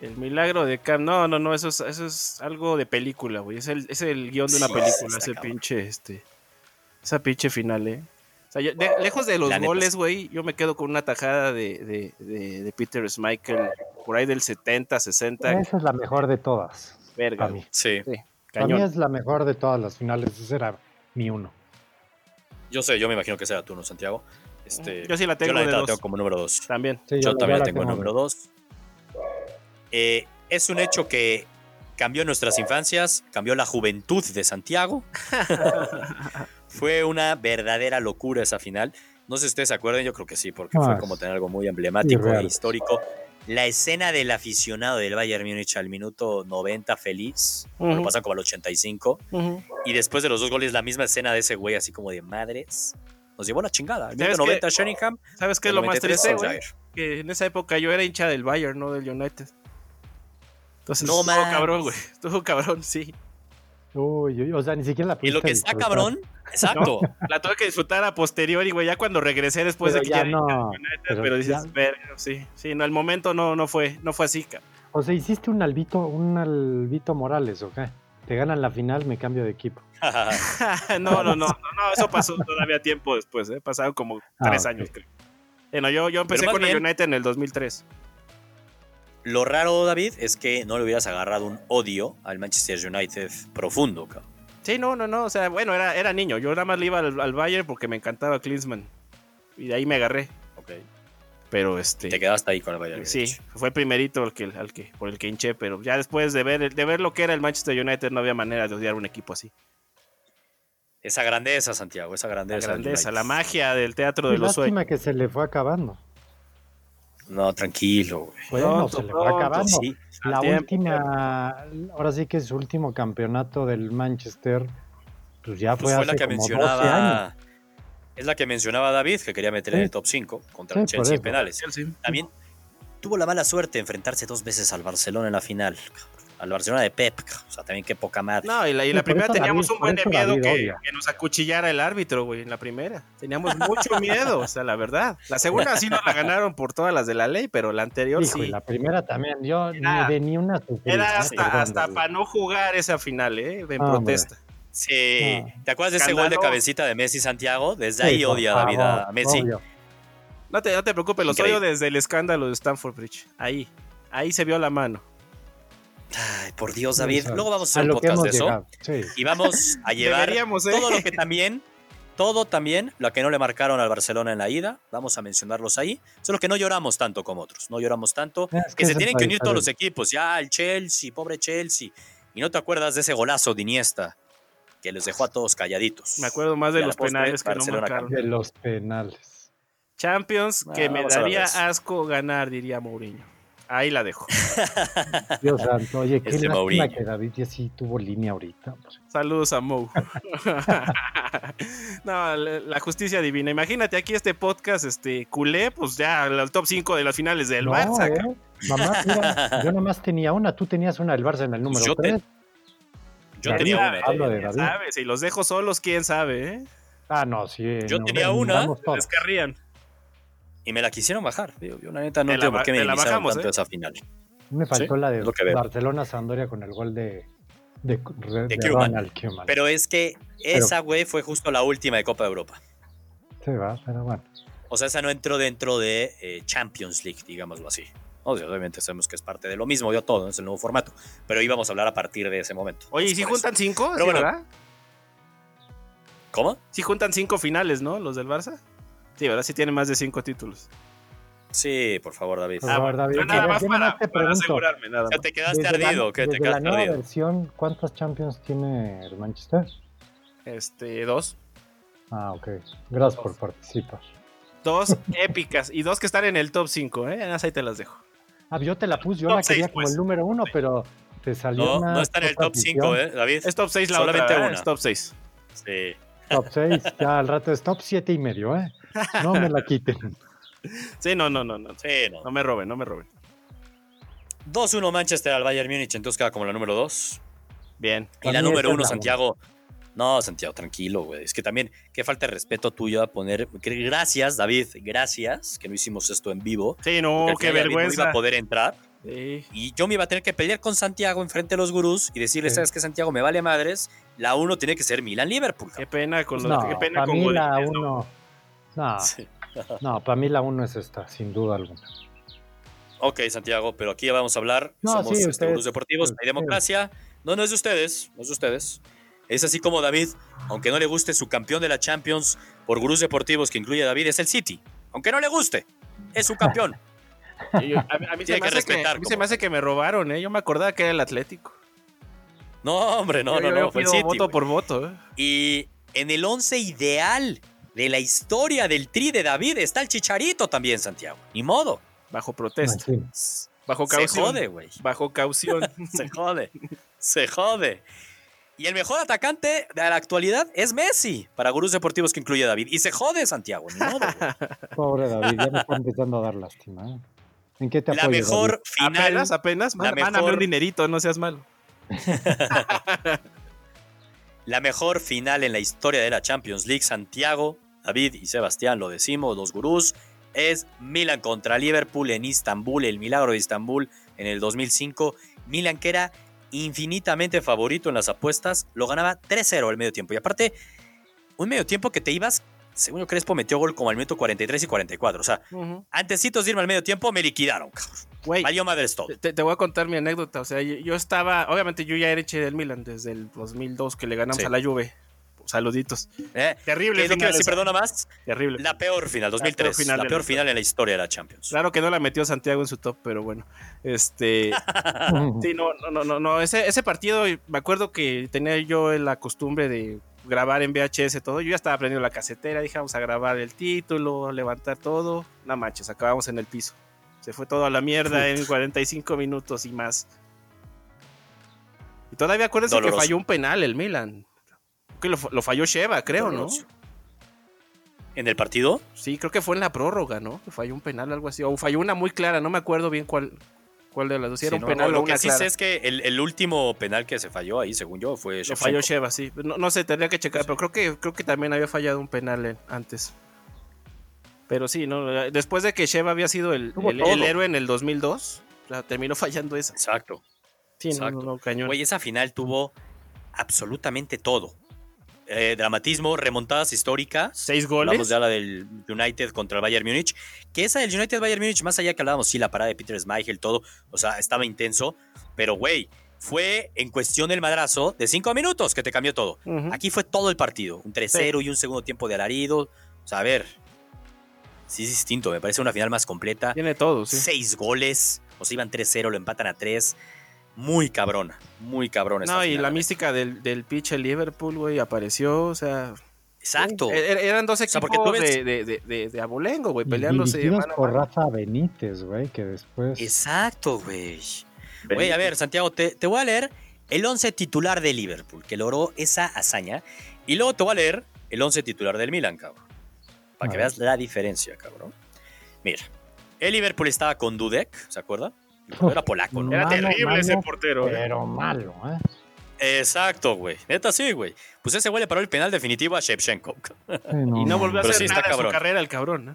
[SPEAKER 2] El milagro de Cam. No, no, no, eso es, eso es algo de película, güey. Es el, es el guión de una
[SPEAKER 1] Sí, sí,
[SPEAKER 2] película,
[SPEAKER 1] está
[SPEAKER 2] ese
[SPEAKER 1] cabrón.
[SPEAKER 2] pinche, este. Esa pinche final, eh. O sea, yo- de- lejos de los
[SPEAKER 1] La neta,
[SPEAKER 2] goles,
[SPEAKER 1] sí.
[SPEAKER 2] güey, yo me quedo con una tajada de, de, de, de Peter Schmeichel por ahí del 70, 60.
[SPEAKER 3] Esa es la mejor de todas.
[SPEAKER 2] verga,
[SPEAKER 3] Pues, Para mí.
[SPEAKER 2] güey.
[SPEAKER 1] Sí,
[SPEAKER 3] Para mí
[SPEAKER 2] Cañón.
[SPEAKER 3] es la mejor de todas las finales. Ese era mi uno.
[SPEAKER 1] yo sé, yo me imagino que será tú, ¿no, Santiago? Este,
[SPEAKER 2] yo sí la tengo
[SPEAKER 1] yo la
[SPEAKER 2] de
[SPEAKER 1] neta la
[SPEAKER 2] dos.
[SPEAKER 1] tengo como número 2.
[SPEAKER 2] También.
[SPEAKER 3] Sí,
[SPEAKER 1] Yo
[SPEAKER 3] la-
[SPEAKER 1] también la
[SPEAKER 3] la
[SPEAKER 1] tengo en
[SPEAKER 3] de-
[SPEAKER 1] número 2. es un hecho que cambió nuestras infancias, cambió la juventud de Santiago. fue una verdadera locura esa final. No sé si ustedes se acuerdan, yo creo que sí, porque
[SPEAKER 3] Ah,
[SPEAKER 1] fue
[SPEAKER 3] es
[SPEAKER 1] como tener algo muy emblemático
[SPEAKER 3] irreal.
[SPEAKER 1] e histórico. La escena del aficionado del Bayern Múnich al minuto 90 feliz,
[SPEAKER 2] Ujú.
[SPEAKER 1] lo pasan como al 85, y después de los dos goles la misma escena de ese güey así como de madres. Nos llevó la chingada. Al
[SPEAKER 2] ¿Sabes
[SPEAKER 1] minuto
[SPEAKER 2] qué?
[SPEAKER 1] 90 Sheringham,
[SPEAKER 2] ¿Sabes qué es
[SPEAKER 1] al
[SPEAKER 2] lo más
[SPEAKER 1] 93
[SPEAKER 2] triste, güey?
[SPEAKER 1] Solskjaer.
[SPEAKER 2] Que en esa época yo era hincha del Bayern, no del United. Entonces,
[SPEAKER 1] No
[SPEAKER 2] estuvo
[SPEAKER 1] mames.
[SPEAKER 2] cabrón, güey. Estuvo cabrón, sí.
[SPEAKER 3] Uy, uy, o sea, ni siquiera la
[SPEAKER 1] Y lo
[SPEAKER 3] pudiste
[SPEAKER 1] que está
[SPEAKER 3] disfrutar.
[SPEAKER 1] cabrón, exacto.
[SPEAKER 2] La tuve que disfrutar a posteriori, güey. Ya cuando regresé
[SPEAKER 1] pues,
[SPEAKER 2] después
[SPEAKER 3] Pero
[SPEAKER 2] de que
[SPEAKER 3] ya
[SPEAKER 2] ya
[SPEAKER 3] no.
[SPEAKER 2] pero,
[SPEAKER 3] pero
[SPEAKER 2] dices,
[SPEAKER 3] ya-
[SPEAKER 2] verga, sí, sí, no, el momento no, no fue, no fue así, cabrón.
[SPEAKER 3] O sea, hiciste un albito, un albito Morales, ¿ok? Te ganan la final, me cambio de equipo.
[SPEAKER 2] no, no, no, no, no, eso pasó todavía tiempo después, ¿eh? pasaron como
[SPEAKER 3] Ah,
[SPEAKER 2] tres
[SPEAKER 3] ok.
[SPEAKER 2] años, creo. Bueno, yo, yo empecé
[SPEAKER 1] Pero más
[SPEAKER 2] con el
[SPEAKER 1] bien-
[SPEAKER 2] United en el 2003.
[SPEAKER 1] Lo raro, David, es que no le hubieras agarrado un odio al Manchester United profundo, cabrón.
[SPEAKER 2] Sí, no, no, no, o sea, bueno, era, era niño, yo nada más le iba al, al Bayern porque me encantaba Klinsmann, y de ahí me agarré, pero este...
[SPEAKER 1] Te quedaste ahí con el Bayern.
[SPEAKER 2] Sí,
[SPEAKER 1] Múnich.
[SPEAKER 2] fue el primerito el que, al que, por el que hinché, pero ya después de ver, el- de ver lo que era el Manchester United no había manera de odiar un equipo así.
[SPEAKER 1] Esa grandeza, Santiago, esa
[SPEAKER 2] La
[SPEAKER 1] grandeza. del
[SPEAKER 2] grandeza,
[SPEAKER 1] United.
[SPEAKER 2] la magia del teatro de los sueños.
[SPEAKER 3] Lástima que se le fue acabando.
[SPEAKER 1] No, tranquilo, güey.
[SPEAKER 3] Bueno,
[SPEAKER 2] Pronto,
[SPEAKER 3] se le fue
[SPEAKER 2] pronto,
[SPEAKER 3] acabando.
[SPEAKER 1] Sí.
[SPEAKER 3] La
[SPEAKER 2] Al tiempo,
[SPEAKER 3] última, ahora sí que su último campeonato del Manchester, pues ya
[SPEAKER 1] Pues
[SPEAKER 3] fue,
[SPEAKER 1] fue la
[SPEAKER 3] hace
[SPEAKER 1] que
[SPEAKER 3] como 12 años.
[SPEAKER 1] mencionaba. Es la que mencionaba David, que quería meter en
[SPEAKER 3] Sí.
[SPEAKER 1] el top 5 contra el
[SPEAKER 3] Sí, por
[SPEAKER 1] Chelsea en
[SPEAKER 3] eso.
[SPEAKER 1] penales. También tuvo la mala suerte de enfrentarse dos veces al Barcelona en la final. cabrón. al Barcelona de Pep. O sea, también qué poca madre.
[SPEAKER 2] No, y la, y la
[SPEAKER 3] Por
[SPEAKER 2] primera
[SPEAKER 3] eso
[SPEAKER 2] teníamos
[SPEAKER 3] David-
[SPEAKER 2] un buen de
[SPEAKER 3] por eso
[SPEAKER 2] miedo
[SPEAKER 3] David
[SPEAKER 2] que,
[SPEAKER 3] odia.
[SPEAKER 2] que nos acuchillara el árbitro, güey, en la primera. Teníamos mucho miedo, o sea, la verdad. La segunda sí nos la ganaron por todas las de la ley, pero la anterior
[SPEAKER 3] Hijo, y
[SPEAKER 2] sí.
[SPEAKER 3] la primera también, yo
[SPEAKER 2] Era-
[SPEAKER 3] ni de ni una sufrí, ¿eh?
[SPEAKER 2] Era hasta,
[SPEAKER 3] Perdón,
[SPEAKER 2] hasta
[SPEAKER 3] David.
[SPEAKER 2] para no jugar esa final, ¿eh? En
[SPEAKER 3] Ah,
[SPEAKER 2] protesta.
[SPEAKER 1] Sí.
[SPEAKER 3] No.
[SPEAKER 1] ¿Te acuerdas de ese gol de
[SPEAKER 2] Escándalo.
[SPEAKER 1] cabecita de Messi Santiago? Desde
[SPEAKER 3] Ah. Sí,
[SPEAKER 1] ahí
[SPEAKER 3] por
[SPEAKER 1] odia David
[SPEAKER 3] favor,
[SPEAKER 1] a Messi.
[SPEAKER 3] obvio.
[SPEAKER 2] No te, no te preocupes, los
[SPEAKER 1] Increíble.
[SPEAKER 2] odio desde el escándalo de Stanford Bridge. Ahí. Ahí se vio la mano.
[SPEAKER 1] Ay, por Dios, David.
[SPEAKER 3] Eso es.
[SPEAKER 1] Luego vamos a hacer
[SPEAKER 3] A
[SPEAKER 1] un
[SPEAKER 3] lo que
[SPEAKER 1] podcast
[SPEAKER 3] hemos
[SPEAKER 1] de eso.
[SPEAKER 3] llegado, sí.
[SPEAKER 1] Y vamos a llevar
[SPEAKER 2] Deberíamos, ¿eh?
[SPEAKER 1] todo lo que también, todo también, lo que no le marcaron al Barcelona en la ida, vamos a mencionarlos ahí. Solo que no lloramos tanto como otros, no lloramos tanto.
[SPEAKER 3] Es
[SPEAKER 1] Que se
[SPEAKER 3] esa
[SPEAKER 1] tienen
[SPEAKER 3] es
[SPEAKER 1] que
[SPEAKER 3] la
[SPEAKER 1] unir todos los
[SPEAKER 3] diferencia.
[SPEAKER 1] equipos, ya el Chelsea, pobre Chelsea. Y no te acuerdas de ese golazo de Iniesta, que los dejó a todos calladitos.
[SPEAKER 2] Me acuerdo más de
[SPEAKER 1] Y a la
[SPEAKER 2] los
[SPEAKER 1] postre,
[SPEAKER 2] penales que no
[SPEAKER 1] Barcelona
[SPEAKER 2] marcaron.
[SPEAKER 3] De los penales.
[SPEAKER 2] Champions
[SPEAKER 1] Ah,
[SPEAKER 2] que me
[SPEAKER 1] vamos a la
[SPEAKER 2] daría
[SPEAKER 1] vez.
[SPEAKER 2] asco ganar, diría Mourinho. Ahí la dejo.
[SPEAKER 3] Dios santo, oye, qué
[SPEAKER 1] Este
[SPEAKER 3] lástima
[SPEAKER 1] Mourinho.
[SPEAKER 3] que David ya sí tuvo línea ahorita. pues.
[SPEAKER 2] Saludos a Mou. no, la la justicia divina. Imagínate aquí este podcast, este culé, pues ya el top 5 de las finales del
[SPEAKER 3] No,
[SPEAKER 2] Barça.
[SPEAKER 3] ¿eh?
[SPEAKER 2] cabrón.
[SPEAKER 3] Mamá, mira, yo nomás tenía una, tú tenías una del Barça en el número
[SPEAKER 1] Pues Yo te-
[SPEAKER 3] 3.
[SPEAKER 1] Yo
[SPEAKER 3] Ya
[SPEAKER 1] tenía
[SPEAKER 2] sabe,
[SPEAKER 1] una. ¿eh?
[SPEAKER 3] Hablo de
[SPEAKER 2] ya
[SPEAKER 3] David.
[SPEAKER 2] sabes, si los dejo solos, quién sabe, ¿eh?
[SPEAKER 3] Ah, no, sí.
[SPEAKER 1] Yo
[SPEAKER 3] no,
[SPEAKER 1] tenía
[SPEAKER 3] ven,
[SPEAKER 1] una,
[SPEAKER 3] vamos todos.
[SPEAKER 2] Descarrían.
[SPEAKER 1] Y me la quisieron bajar. Digo, Yo, la neta, no
[SPEAKER 2] Te la
[SPEAKER 1] entiendo
[SPEAKER 2] ba-
[SPEAKER 1] por qué me
[SPEAKER 2] te la
[SPEAKER 1] minimizaron
[SPEAKER 2] bajamos,
[SPEAKER 1] tanto
[SPEAKER 2] ¿eh?
[SPEAKER 1] esa final.
[SPEAKER 3] Me faltó la de
[SPEAKER 1] es lo que veo.
[SPEAKER 3] Barcelona-Sandoria con el gol de, de, de, de
[SPEAKER 1] Koeman.
[SPEAKER 3] Ronald Koeman.
[SPEAKER 1] Pero es que esa, güey, fue justo la última de Copa de Europa.
[SPEAKER 3] Sí, va, pero bueno.
[SPEAKER 1] O sea, esa no entró dentro de eh, Champions League, digámoslo así. O sea, obviamente sabemos que es parte de lo mismo, yo todo, es el nuevo formato. Pero íbamos a hablar a partir de ese momento.
[SPEAKER 2] Oye, ¿y
[SPEAKER 1] Es
[SPEAKER 2] si
[SPEAKER 1] por eso.
[SPEAKER 2] juntan 5?
[SPEAKER 1] Pero bueno.
[SPEAKER 2] ¿verdad?
[SPEAKER 1] ¿Cómo?
[SPEAKER 2] Sí juntan 5 finales, ¿no? Los del Barça. Sí, ¿verdad? Sí tienen más de 5 títulos.
[SPEAKER 1] Sí, por favor, David.
[SPEAKER 3] Por Ah, favor, David,
[SPEAKER 2] yo nada
[SPEAKER 3] que-
[SPEAKER 2] más
[SPEAKER 3] yo nada
[SPEAKER 2] para,
[SPEAKER 3] más te
[SPEAKER 2] para
[SPEAKER 3] pregunto.
[SPEAKER 2] asegurarme, nada
[SPEAKER 1] Ya
[SPEAKER 2] más.
[SPEAKER 1] te quedaste
[SPEAKER 3] Desde la-
[SPEAKER 1] ardido, que te
[SPEAKER 3] desde
[SPEAKER 1] quedaste
[SPEAKER 3] la nueva
[SPEAKER 1] ardido.
[SPEAKER 3] versión, ¿cuántas Champions tiene el Manchester?
[SPEAKER 2] Este, dos.
[SPEAKER 3] Ah, ok. Gracias por participar.
[SPEAKER 2] Dos épicas y dos que están en el top 5, ¿eh? Nada más ahí te las dejo.
[SPEAKER 3] Ah, yo te la puse, yo
[SPEAKER 2] Top
[SPEAKER 3] la quería
[SPEAKER 2] seis,
[SPEAKER 3] como
[SPEAKER 2] pues.
[SPEAKER 3] el número uno, pero te salió
[SPEAKER 1] No,
[SPEAKER 3] una
[SPEAKER 1] no está en el top 5, ¿eh, David?
[SPEAKER 2] Es top 6 la
[SPEAKER 1] Solamente
[SPEAKER 2] otra, ¿verdad?
[SPEAKER 1] una.
[SPEAKER 2] Es top 6.
[SPEAKER 1] Sí.
[SPEAKER 3] Top 6, ya al rato es top 7 y medio, ¿eh? No me la quiten.
[SPEAKER 2] Sí, no, no, no, no.
[SPEAKER 1] Sí, no.
[SPEAKER 2] No me roben, no me roben.
[SPEAKER 1] 2-1 Manchester al Bayern Múnich, entonces queda como la número 2.
[SPEAKER 2] Bien.
[SPEAKER 1] Y
[SPEAKER 3] Para
[SPEAKER 1] la
[SPEAKER 3] mí esa
[SPEAKER 1] número
[SPEAKER 3] es
[SPEAKER 1] 1,
[SPEAKER 3] la
[SPEAKER 1] Santiago. No, Santiago, tranquilo, güey. Es que también, qué falta de respeto tuyo a poner. Gracias, David, gracias, que no hicimos esto en vivo.
[SPEAKER 2] Sí, no,
[SPEAKER 1] porque al
[SPEAKER 2] Oh, qué
[SPEAKER 1] final David No iba
[SPEAKER 2] vergüenza.
[SPEAKER 1] a poder entrar.
[SPEAKER 2] Sí.
[SPEAKER 1] Y yo me iba a tener que pelear con Santiago enfrente de los gurús y decirle,
[SPEAKER 3] Sí.
[SPEAKER 1] ¿sabes qué, Santiago? Me vale madres. La 1 tiene que ser Milan-Liverpool.
[SPEAKER 2] Qué pena con los,
[SPEAKER 3] No,
[SPEAKER 2] qué pena
[SPEAKER 3] para
[SPEAKER 2] con
[SPEAKER 3] mí la
[SPEAKER 1] ¿eh?
[SPEAKER 2] Godínez, ¿no?
[SPEAKER 3] uno. No,
[SPEAKER 1] Sí.
[SPEAKER 3] no, para mí la uno es esta, sin duda alguna.
[SPEAKER 1] Ok, Santiago, pero aquí ya vamos a hablar.
[SPEAKER 3] No,
[SPEAKER 1] Somos
[SPEAKER 3] sí,
[SPEAKER 1] este,
[SPEAKER 3] ustedes-
[SPEAKER 1] gurús deportivos,
[SPEAKER 3] sí,
[SPEAKER 1] hay democracia. No, no es de ustedes, no es de ustedes. Es así como David, aunque no le guste su campeón de la Champions por gurús deportivos que incluye a David, es el City. Aunque no le guste, es su campeón.
[SPEAKER 2] Yo- a, mí- a mí se
[SPEAKER 1] Tiene
[SPEAKER 2] me
[SPEAKER 1] que
[SPEAKER 2] hace que,
[SPEAKER 1] respetar,
[SPEAKER 2] a mí se
[SPEAKER 1] como-
[SPEAKER 2] me hace que me robaron, ¿eh? Yo me acordaba que era el Atlético.
[SPEAKER 1] No, hombre, no,
[SPEAKER 2] Yo-
[SPEAKER 1] no,
[SPEAKER 2] yo-
[SPEAKER 1] no,
[SPEAKER 2] yo
[SPEAKER 1] fue el
[SPEAKER 2] pido
[SPEAKER 1] City.
[SPEAKER 2] voto
[SPEAKER 1] güey.
[SPEAKER 2] por voto, ¿eh?
[SPEAKER 1] Y en el once ideal de la historia del tri de David está el Chicharito también, Santiago. Ni modo.
[SPEAKER 2] Bajo protesta.
[SPEAKER 3] Imagínate.
[SPEAKER 2] Bajo
[SPEAKER 1] Se
[SPEAKER 2] caución.
[SPEAKER 1] jode, güey.
[SPEAKER 2] Bajo caución.
[SPEAKER 1] Se jode. Se jode. Y el mejor atacante de la actualidad es Messi, para gurús deportivos que incluye a David. Y se jode, Santiago. ni modo, güey.
[SPEAKER 3] Pobre David, ya me está empezando a dar lástima. ¿eh? ¿En qué te
[SPEAKER 1] la
[SPEAKER 3] apoyo,
[SPEAKER 1] mejor final.
[SPEAKER 2] apenas, apenas.
[SPEAKER 1] la
[SPEAKER 2] man- Mándame
[SPEAKER 1] mejor-
[SPEAKER 2] un dinerito, no seas malo.
[SPEAKER 1] La mejor final en la historia de la Champions League, Santiago, David y Sebastián, lo decimos, los gurús, es Milan contra Liverpool en Istambul, el milagro de Istambul en el 2005. Milan que era infinitamente favorito en las apuestas, lo ganaba 3-0 al medio tiempo. Y aparte, un medio tiempo que te ibas, según yo Crespo metió gol como al minuto 43 y 44. O sea,
[SPEAKER 2] Ujú. antecitos
[SPEAKER 1] antecitos de irme al medio tiempo me liquidaron, cabrón.
[SPEAKER 2] Güey,
[SPEAKER 1] Valió madres todo.
[SPEAKER 2] te, te voy a contar mi anécdota. O sea, yo, yo estaba. Obviamente, yo ya era hincha del Milan desde el 2002 que le ganamos
[SPEAKER 1] Sí.
[SPEAKER 2] a la Juve. Saluditos.
[SPEAKER 1] ¿eh?
[SPEAKER 2] Terrible,
[SPEAKER 1] ¿Qué es lo que iba a
[SPEAKER 2] final
[SPEAKER 1] decir,
[SPEAKER 2] esa,
[SPEAKER 1] perdona más?
[SPEAKER 2] terrible.
[SPEAKER 1] La peor final, 2003. La peor,
[SPEAKER 2] final
[SPEAKER 1] final,
[SPEAKER 2] de la
[SPEAKER 1] en la historia de la Champions.
[SPEAKER 2] Claro que no la metió Santiago en su top, pero bueno. Este.
[SPEAKER 3] David?
[SPEAKER 2] Sí, no, no, no, no, no. Ese, ese partido, me acuerdo que tenía yo la costumbre de grabar en VHS todo. Yo ya estaba aprendiendo la casetera, dije, vamos a grabar el título, levantar todo. No manches, acabamos en el piso. Se fue todo a la mierda en 45 minutos y más. Y todavía acuérdense
[SPEAKER 1] Doloroso.
[SPEAKER 2] que falló un penal el Milan. Que lo, lo falló Sheva, creo,
[SPEAKER 1] Doloroso.
[SPEAKER 2] ¿no?
[SPEAKER 1] ¿En el partido?
[SPEAKER 2] Sí, creo que fue en la prórroga, ¿no? Que falló un penal, algo así. O falló una muy clara, no me acuerdo bien cuál. ¿Cuál de las dos? Si
[SPEAKER 1] Sí,
[SPEAKER 2] era
[SPEAKER 1] no,
[SPEAKER 2] un penal
[SPEAKER 1] no,
[SPEAKER 2] o
[SPEAKER 1] lo que
[SPEAKER 2] una
[SPEAKER 1] sí
[SPEAKER 2] clara.
[SPEAKER 1] sé es que el, el último penal que se falló ahí, según yo, fue
[SPEAKER 2] Lo
[SPEAKER 1] Shevchenko.
[SPEAKER 2] falló Sheva, sí. No, no sé, tendría que checar, pero creo que, creo que también había fallado un penal en- antes. Pero sí, ¿no? eh, después de que Sheva había sido el, Tuvo el-
[SPEAKER 1] todo.
[SPEAKER 2] el héroe en el 2002, la terminó fallando esa.
[SPEAKER 1] Exacto.
[SPEAKER 2] Sí, no, no,
[SPEAKER 1] Exacto.
[SPEAKER 2] no, cañón.
[SPEAKER 1] Güey, esa final tuvo absolutamente todo. Eh, dramatismo, remontadas históricas.
[SPEAKER 2] Seis
[SPEAKER 1] Hablamos
[SPEAKER 2] goles.
[SPEAKER 1] ya la del United contra el Bayern Múnich. Que esa del United Bayern Múnich, más allá que hablábamos, sí, la parada de Peter Schmeichel, todo. O sea, estaba intenso. Pero, güey, fue en cuestión el madrazo de cinco minutos que te cambió todo.
[SPEAKER 2] Ujú.
[SPEAKER 1] Aquí fue todo el partido. Un 3-0 y un segundo tiempo de alarido. O sea, a ver. Sí, es distinto. Me parece una final más completa.
[SPEAKER 2] Tiene todo, sí.
[SPEAKER 1] Seis goles. O sea, iban 3-0, lo empatan a 3. Muy cabrona. Muy cabrona. esta
[SPEAKER 2] No, y
[SPEAKER 1] final,
[SPEAKER 2] la
[SPEAKER 1] neta.
[SPEAKER 2] mística del, del pinche Liverpool, güey, apareció, o sea...
[SPEAKER 1] Exacto.
[SPEAKER 2] er- er- eran dos
[SPEAKER 1] O sea,
[SPEAKER 2] equipos
[SPEAKER 1] porque tú ves-
[SPEAKER 2] de, de, de, de- de abolengo, güey,
[SPEAKER 3] Y
[SPEAKER 2] peleándose
[SPEAKER 3] Dirigidos
[SPEAKER 2] mano a
[SPEAKER 3] por
[SPEAKER 2] mano.
[SPEAKER 3] Rafa Benítez, güey, que después.
[SPEAKER 1] Exacto, güey. Güey, a ver, Santiago, te, te voy a leer el 11 titular de Liverpool, que logró esa hazaña. Y luego te voy a leer el 11 titular del Milan, cabrón. Para
[SPEAKER 3] A
[SPEAKER 1] que
[SPEAKER 3] ver.
[SPEAKER 1] veas la diferencia, cabrón. Mira, el Liverpool estaba con Dudek, ¿se acuerda? Era polaco, ¿no?
[SPEAKER 3] Era
[SPEAKER 4] Era
[SPEAKER 3] Mano,
[SPEAKER 4] terrible ese
[SPEAKER 3] mano,
[SPEAKER 4] portero. eh.
[SPEAKER 3] Pero malo, ¿eh?
[SPEAKER 1] Exacto, güey. Neta sí, güey. Pues ese güey le paró el penal definitivo a Shevchenko.
[SPEAKER 3] Sí,
[SPEAKER 2] Y no volvió a
[SPEAKER 1] Pero sí
[SPEAKER 2] hacer
[SPEAKER 1] está
[SPEAKER 2] nada en su
[SPEAKER 1] cabrón.
[SPEAKER 2] carrera el cabrón, ¿no?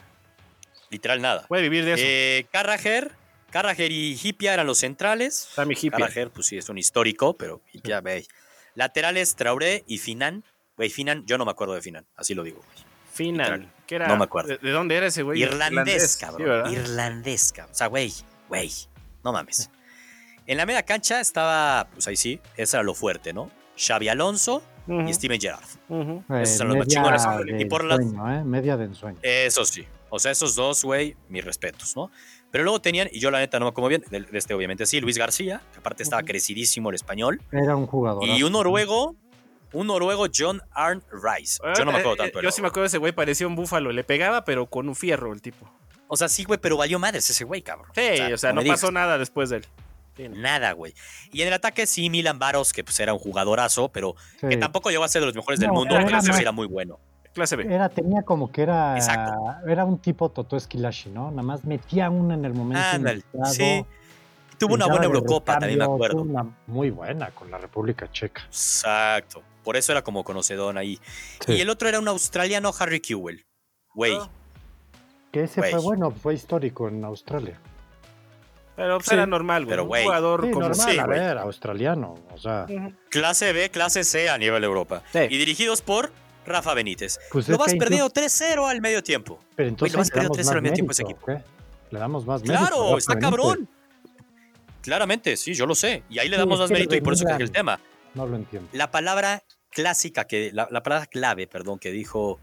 [SPEAKER 1] Literal nada.
[SPEAKER 2] Puede vivir de eso.
[SPEAKER 1] Eh, Carragher, Carragher y Hipia eran los centrales.
[SPEAKER 2] Sammy Hippie.
[SPEAKER 1] Carragher, pues sí, es un histórico, pero ya veis. Laterales, Traoré y Finan. Güey, Finan, yo no me acuerdo de Finan, así lo digo. güey.
[SPEAKER 2] Final.
[SPEAKER 1] Literal.
[SPEAKER 2] ¿Qué era?
[SPEAKER 1] No me acuerdo.
[SPEAKER 2] ¿De, de dónde era ese güey?
[SPEAKER 1] Irlandés,
[SPEAKER 2] Sí,
[SPEAKER 1] cabrón.
[SPEAKER 2] ¿verdad?
[SPEAKER 1] Irlandés, cabrón. O sea, güey, güey, no mames. En la media cancha estaba, pues ahí sí, ese era lo fuerte, ¿no? Xavi Alonso
[SPEAKER 2] Ujú,
[SPEAKER 1] y este- Steven Gerrard.
[SPEAKER 2] ujú.
[SPEAKER 3] Eh,
[SPEAKER 1] Esos son los más
[SPEAKER 3] media
[SPEAKER 1] chingones.
[SPEAKER 3] de
[SPEAKER 1] Y por las-
[SPEAKER 3] ensueño, ¿eh? Media de ensueño.
[SPEAKER 1] Eso sí. O sea, esos dos, güey, mis respetos, ¿no? Pero luego tenían, y yo la neta no me como bien, de, de este obviamente sí, Luis García, que aparte estaba
[SPEAKER 2] Ujú.
[SPEAKER 1] crecidísimo el español.
[SPEAKER 3] Era un jugador.
[SPEAKER 1] Y un noruego, un noruego John Arne Rice. Yo no me acuerdo
[SPEAKER 2] Eh, eh,
[SPEAKER 1] tanto. del
[SPEAKER 2] Yo sí me
[SPEAKER 1] noruego.
[SPEAKER 2] acuerdo de ese güey, parecía un búfalo. Le pegaba, pero con un fierro el tipo.
[SPEAKER 1] O sea, sí, güey, pero valió madres ese güey, cabrón.
[SPEAKER 2] Sí, o sea, no
[SPEAKER 1] me digas.
[SPEAKER 2] pasó nada después de él.
[SPEAKER 1] Nada, güey. Y en el ataque sí, Milan Baros, que pues era un jugadorazo, pero
[SPEAKER 3] Sí.
[SPEAKER 1] que tampoco llegó a ser de los mejores del
[SPEAKER 3] No,
[SPEAKER 1] mundo,
[SPEAKER 2] era
[SPEAKER 1] pero sí
[SPEAKER 2] más-
[SPEAKER 1] era muy bueno.
[SPEAKER 2] Clase B.
[SPEAKER 3] Era, tenía como que era.
[SPEAKER 1] Exacto.
[SPEAKER 3] Era un tipo Totó Esquilashi, ¿no? Nada más metía una en el momento.
[SPEAKER 1] Ándale,
[SPEAKER 3] indicado,
[SPEAKER 1] sí. Tuvo una
[SPEAKER 3] entraba
[SPEAKER 1] buena
[SPEAKER 3] de
[SPEAKER 1] Eurocopa, también me
[SPEAKER 3] recambio,
[SPEAKER 1] acuerdo.
[SPEAKER 3] tuvo una muy buena con la República Checa.
[SPEAKER 1] Exacto. Por eso era como conocedor ahí.
[SPEAKER 3] Sí.
[SPEAKER 1] Y el otro era un australiano, Harry Kewell. Güey,
[SPEAKER 2] Ah.
[SPEAKER 3] Que ese
[SPEAKER 1] Güey.
[SPEAKER 3] fue bueno, fue histórico en Australia.
[SPEAKER 2] Pero pues,
[SPEAKER 1] Sí.
[SPEAKER 2] era normal, güey.
[SPEAKER 1] Pero,
[SPEAKER 2] un
[SPEAKER 1] güey,
[SPEAKER 2] jugador
[SPEAKER 3] Sí,
[SPEAKER 2] como
[SPEAKER 3] normal,
[SPEAKER 1] sí,
[SPEAKER 3] a
[SPEAKER 1] güey.
[SPEAKER 3] ver, australiano. O sea,
[SPEAKER 2] Ujú.
[SPEAKER 1] clase B, clase C a nivel Europa.
[SPEAKER 2] Sí.
[SPEAKER 1] Y dirigidos por Rafa Benítez.
[SPEAKER 3] pues
[SPEAKER 1] Lo
[SPEAKER 3] es
[SPEAKER 1] vas
[SPEAKER 3] que incluso-
[SPEAKER 1] perdido 3-0 al medio tiempo.
[SPEAKER 3] Pero entonces
[SPEAKER 1] lo vas
[SPEAKER 3] le damos
[SPEAKER 1] perdiendo 3-0
[SPEAKER 3] más
[SPEAKER 1] al medio tiempo a ese
[SPEAKER 3] mérito, ¿o qué? Le damos más mérito. pues,
[SPEAKER 1] Claro,
[SPEAKER 3] Rafa
[SPEAKER 1] está
[SPEAKER 3] Benítez.
[SPEAKER 1] cabrón. Claramente, sí, yo lo sé. Y ahí le
[SPEAKER 3] Sí,
[SPEAKER 1] damos
[SPEAKER 3] es
[SPEAKER 1] más
[SPEAKER 3] que
[SPEAKER 1] mérito y por eso que es el
[SPEAKER 3] regulan.
[SPEAKER 1] tema.
[SPEAKER 3] No lo entiendo.
[SPEAKER 1] La palabra clásica, que, la, la palabra clave, perdón, que dijo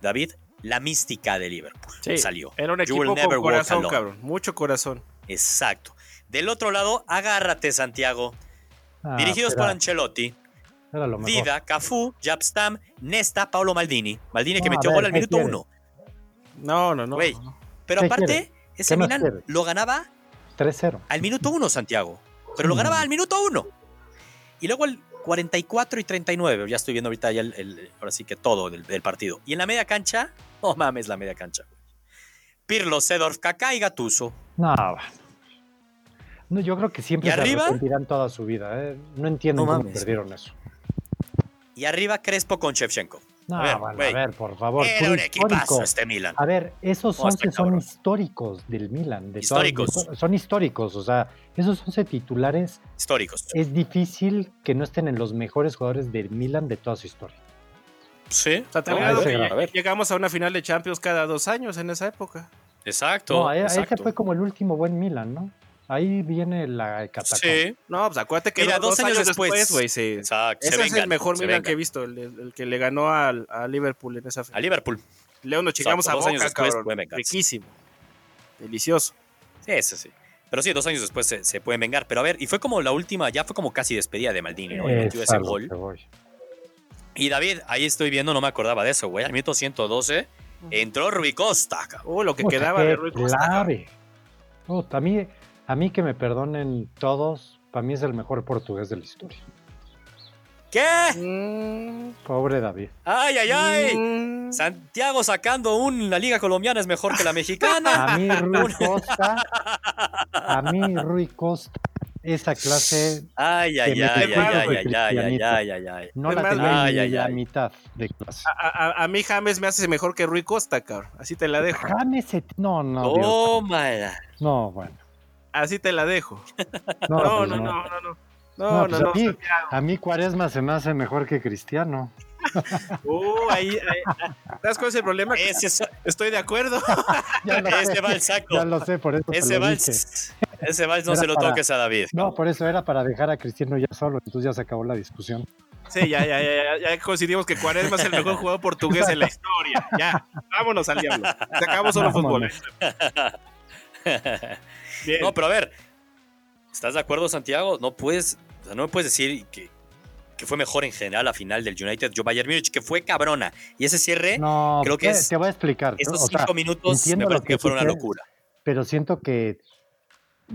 [SPEAKER 1] David, la mística de Liverpool.
[SPEAKER 2] Sí.
[SPEAKER 1] Salió.
[SPEAKER 2] Era un
[SPEAKER 1] You will
[SPEAKER 2] equipo
[SPEAKER 1] never
[SPEAKER 2] con
[SPEAKER 1] walk
[SPEAKER 2] corazón,
[SPEAKER 1] alone.
[SPEAKER 2] cabrón. Mucho corazón.
[SPEAKER 1] Exacto. Del otro lado, agárrate, Santiago.
[SPEAKER 3] Ah,
[SPEAKER 1] Dirigidos
[SPEAKER 3] era-
[SPEAKER 1] por Ancelotti,
[SPEAKER 3] Era lo mejor.
[SPEAKER 1] Dida, Cafú, Japstam, Nesta, Paolo Maldini. Maldini que
[SPEAKER 3] No, Ah, a
[SPEAKER 1] metió
[SPEAKER 3] ver,
[SPEAKER 1] gol al
[SPEAKER 3] ¿qué
[SPEAKER 1] minuto
[SPEAKER 3] quieres?
[SPEAKER 1] uno.
[SPEAKER 2] No, no, no.
[SPEAKER 1] Güey.
[SPEAKER 2] no, no.
[SPEAKER 1] Pero
[SPEAKER 3] ¿Qué
[SPEAKER 1] aparte,
[SPEAKER 3] quieres?
[SPEAKER 1] ese
[SPEAKER 3] ¿Qué más
[SPEAKER 1] Milan
[SPEAKER 3] quieres?
[SPEAKER 1] lo ganaba
[SPEAKER 3] 3-0.
[SPEAKER 1] al minuto uno, Santiago. Pero lo
[SPEAKER 3] Mm.
[SPEAKER 1] ganaba al minuto uno. Y luego al 44 y 39. Ya estoy viendo ahorita ya el, el- ahora sí que todo del, del partido. Y en la media cancha, no mames la media cancha. Pirlo, Sedorf, Kaká y Gatuso.
[SPEAKER 3] No, bueno. No, yo creo que siempre
[SPEAKER 1] ¿Y
[SPEAKER 3] se
[SPEAKER 1] arriba?
[SPEAKER 3] arrepentirán toda su vida. ¿eh? No entiendo
[SPEAKER 1] No
[SPEAKER 3] cómo
[SPEAKER 1] mames.
[SPEAKER 3] perdieron eso.
[SPEAKER 1] Y arriba Crespo con Shevchenko.
[SPEAKER 3] No,
[SPEAKER 1] A ver,
[SPEAKER 3] bueno,
[SPEAKER 1] güey.
[SPEAKER 3] a ver, por favor.
[SPEAKER 1] Era
[SPEAKER 3] fue
[SPEAKER 1] un equipazo
[SPEAKER 3] histórico.
[SPEAKER 1] este Milan.
[SPEAKER 3] A ver, esos
[SPEAKER 1] No, está
[SPEAKER 3] 11 son
[SPEAKER 1] cabrón.
[SPEAKER 3] históricos del Milan. de todas-
[SPEAKER 1] Históricos.
[SPEAKER 3] de to- son históricos, o sea, esos 11 titulares
[SPEAKER 1] Históricos.
[SPEAKER 3] es difícil que no estén en los mejores jugadores del Milan de toda su historia.
[SPEAKER 1] Sí.
[SPEAKER 2] O sea, tal
[SPEAKER 1] No,
[SPEAKER 3] grado
[SPEAKER 1] a
[SPEAKER 2] vez
[SPEAKER 3] Ah, ese
[SPEAKER 1] ver, a ver.
[SPEAKER 2] llegamos a una final de Champions cada dos años en esa época.
[SPEAKER 1] Exacto.
[SPEAKER 3] No, e- ese
[SPEAKER 1] exacto.
[SPEAKER 3] fue como el último buen Milan, ¿no? Ahí viene la catacumba.
[SPEAKER 1] Sí,
[SPEAKER 2] No, pues acuérdate que
[SPEAKER 1] Mira,
[SPEAKER 2] dos, dos años, después, güey. se-
[SPEAKER 1] exacto.
[SPEAKER 2] Ese
[SPEAKER 1] se
[SPEAKER 2] es el
[SPEAKER 1] vengan,
[SPEAKER 2] mejor
[SPEAKER 1] se
[SPEAKER 2] Milan que he
[SPEAKER 1] vengan.
[SPEAKER 2] visto, el, el- el que le ganó al, a Liverpool en esa
[SPEAKER 1] A
[SPEAKER 2] final.
[SPEAKER 1] Liverpool.
[SPEAKER 2] Leo nos chingamos a
[SPEAKER 1] Exacto, dos
[SPEAKER 2] Boca,
[SPEAKER 1] años después
[SPEAKER 2] cabrón.
[SPEAKER 1] fue venganza.
[SPEAKER 2] Riquísimo. Delicioso.
[SPEAKER 1] Sí, sí, sí. Pero sí, dos años después se, se pueden vengar. Pero a ver, y fue como la última, ya fue como casi despedida de Maldini, ¿no? Y metió
[SPEAKER 3] Es
[SPEAKER 1] ese
[SPEAKER 3] a lo
[SPEAKER 1] gol.
[SPEAKER 3] que voy.
[SPEAKER 1] Y David, ahí estoy viendo, no me acordaba de eso, güey. Al minuto 112 entró Rui Costa, cabrón.
[SPEAKER 2] Oh, lo que
[SPEAKER 3] Puta,
[SPEAKER 2] quedaba
[SPEAKER 3] qué
[SPEAKER 2] de Rui Costa, cabrón.
[SPEAKER 3] clave. Puta, a, mí, a mí que me perdonen todos, para mí es el mejor portugués de la historia.
[SPEAKER 1] ¿Qué?
[SPEAKER 2] Mm,
[SPEAKER 3] Pobre David.
[SPEAKER 1] ¡Ay, ay, ay!
[SPEAKER 2] mm.
[SPEAKER 1] Santiago sacando un. La Liga Colombiana es mejor que la mexicana.
[SPEAKER 3] A mí Rui Costa, a mí Rui Costa, esa clase
[SPEAKER 1] Ay, ay,
[SPEAKER 3] Que
[SPEAKER 1] ay,
[SPEAKER 3] me
[SPEAKER 1] ay,
[SPEAKER 2] preparo,
[SPEAKER 1] ay,
[SPEAKER 3] güey,
[SPEAKER 1] ay, ay, ay,
[SPEAKER 3] Cristianito.
[SPEAKER 1] ay, ay, ay.
[SPEAKER 3] no
[SPEAKER 2] Es
[SPEAKER 3] la
[SPEAKER 2] más,
[SPEAKER 3] tenía
[SPEAKER 1] ay,
[SPEAKER 3] ni
[SPEAKER 1] ay,
[SPEAKER 3] la
[SPEAKER 1] ay.
[SPEAKER 3] mitad de clase.
[SPEAKER 2] Ah, A, a- a mí James me hace mejor que Rui Costa, cabrón. Así te la dejo.
[SPEAKER 3] James, se- no, no, Dios.
[SPEAKER 1] Oh, my God.
[SPEAKER 3] no, bueno.
[SPEAKER 2] Así te la dejo.
[SPEAKER 3] No,
[SPEAKER 2] No,
[SPEAKER 3] pues
[SPEAKER 2] no, no,
[SPEAKER 3] no.
[SPEAKER 2] no, no.
[SPEAKER 3] No,
[SPEAKER 2] No, no,
[SPEAKER 3] pues
[SPEAKER 2] no.
[SPEAKER 3] a mí- A mí Cuaresma se me hace mejor que Cristiano.
[SPEAKER 2] Uh, ahí, ahí- ¿Sabes cuál es el problema?
[SPEAKER 1] Ese, es-
[SPEAKER 2] Estoy de acuerdo.
[SPEAKER 3] Ya lo
[SPEAKER 1] ese
[SPEAKER 3] sé,
[SPEAKER 1] va al
[SPEAKER 3] ya
[SPEAKER 1] saco.
[SPEAKER 3] lo sé, por eso te
[SPEAKER 1] Ese
[SPEAKER 3] lo
[SPEAKER 1] va al.
[SPEAKER 3] dije.
[SPEAKER 1] Ese vals no
[SPEAKER 3] Era
[SPEAKER 1] se lo
[SPEAKER 3] para-
[SPEAKER 1] toques a David.
[SPEAKER 3] No, por eso era para dejar a Cristiano ya solo, entonces ya se acabó la discusión.
[SPEAKER 2] Sí, ya, ya, ya, ya, ya coincidimos que Cuaresma es el mejor jugador portugués en la historia. Ya, vámonos al diablo. Se acabó solo fútbol.
[SPEAKER 3] Vámonos.
[SPEAKER 2] Bien.
[SPEAKER 1] No, pero a ver, ¿estás de acuerdo, Santiago? No puedes, o sea, no me puedes decir que, que fue mejor en general la final del United. Yo, Bayern Múnich, que fue cabrona. Y ese cierre,
[SPEAKER 3] No,
[SPEAKER 1] ¿Eh?
[SPEAKER 3] eh,
[SPEAKER 1] Creo que
[SPEAKER 3] te,
[SPEAKER 1] es-
[SPEAKER 3] te voy a explicar.
[SPEAKER 1] esos
[SPEAKER 3] o sea,
[SPEAKER 1] cinco minutos, me
[SPEAKER 3] entiendo
[SPEAKER 1] parece
[SPEAKER 3] lo
[SPEAKER 1] que,
[SPEAKER 3] que
[SPEAKER 1] fue
[SPEAKER 3] tú
[SPEAKER 1] una
[SPEAKER 3] quieres.
[SPEAKER 1] locura.
[SPEAKER 3] pero siento que,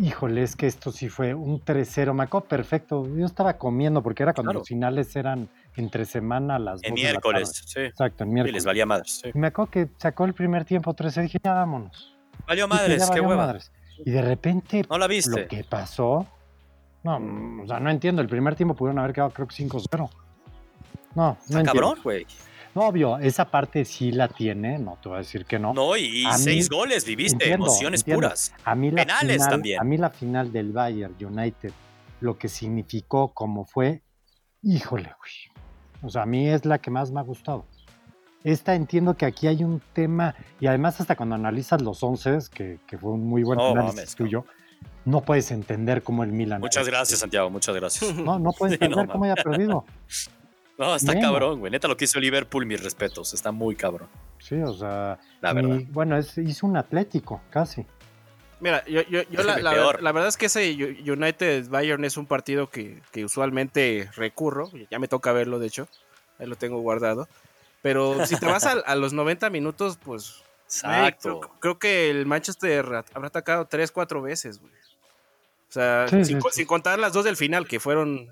[SPEAKER 3] híjole, es que esto sí fue un 3-0. Me acuerdo perfecto. Yo estaba comiendo porque era cuando
[SPEAKER 1] Claro.
[SPEAKER 3] los finales eran entre semana a las
[SPEAKER 1] En
[SPEAKER 3] dos de la
[SPEAKER 1] miércoles,
[SPEAKER 3] tarde.
[SPEAKER 1] sí.
[SPEAKER 3] Exacto, en
[SPEAKER 1] Sí,
[SPEAKER 3] miércoles.
[SPEAKER 1] les valía madres. sí.
[SPEAKER 3] Y me acuerdo que sacó el primer tiempo 3-0 y dije, ya vámonos.
[SPEAKER 1] Valió
[SPEAKER 3] Dije,
[SPEAKER 1] madres,
[SPEAKER 3] ya
[SPEAKER 1] qué
[SPEAKER 3] valió
[SPEAKER 1] hueva.
[SPEAKER 3] madres. Y de repente
[SPEAKER 1] No la
[SPEAKER 3] lo
[SPEAKER 1] viste.
[SPEAKER 3] que pasó. No, mm, o sea, no entiendo. El primer tiempo pudieron haber quedado, creo que 5-0. No, no
[SPEAKER 1] Ah,
[SPEAKER 3] entiendo.
[SPEAKER 1] cabrón, güey.
[SPEAKER 3] No, obvio, esa parte sí la tiene, no te voy a decir que no.
[SPEAKER 1] No, y, y
[SPEAKER 3] A mí-
[SPEAKER 1] seis goles viviste,
[SPEAKER 3] entiendo,
[SPEAKER 1] emociones
[SPEAKER 3] entiendo.
[SPEAKER 1] puras.
[SPEAKER 3] a mí la
[SPEAKER 1] penales
[SPEAKER 3] final,
[SPEAKER 1] también.
[SPEAKER 3] A mí la final del Bayern United, lo que significó como fue, híjole, güey. O sea, a mí es la que más me ha gustado. Esta entiendo que aquí hay un tema, y además hasta cuando analizas los once, que, que fue un muy buen
[SPEAKER 1] No
[SPEAKER 3] análisis
[SPEAKER 1] mames,
[SPEAKER 3] tuyo, no puedes entender cómo el Milan...
[SPEAKER 1] Muchas gracias, Santiago, muchas gracias.
[SPEAKER 3] No, no puedes
[SPEAKER 1] Sí, no
[SPEAKER 3] entender cómo haya perdido.
[SPEAKER 1] No, está
[SPEAKER 3] Bueno.
[SPEAKER 1] cabrón, güey. Neta, lo que hizo Liverpool, mis respetos. Está muy cabrón,
[SPEAKER 3] Sí, o sea...
[SPEAKER 1] la
[SPEAKER 3] ni-
[SPEAKER 1] verdad.
[SPEAKER 3] bueno, es, hizo un atlético, casi.
[SPEAKER 2] Mira, yo, yo, yo la,
[SPEAKER 1] Déjame
[SPEAKER 2] la-
[SPEAKER 1] peor.
[SPEAKER 2] la verdad es que ese U- United Bayern es un partido que, que usualmente recurro. Ya me toca verlo, de hecho. Ahí lo tengo guardado. Pero si te vas a, a los 90 minutos, pues. güey,
[SPEAKER 1] Exacto.
[SPEAKER 2] creo, creo que el Manchester at- habrá atacado 3, 4 veces, güey. O sea,
[SPEAKER 3] Sí,
[SPEAKER 2] sin,
[SPEAKER 3] sí,
[SPEAKER 2] co-
[SPEAKER 3] sí.
[SPEAKER 2] sin contar las dos del final, que fueron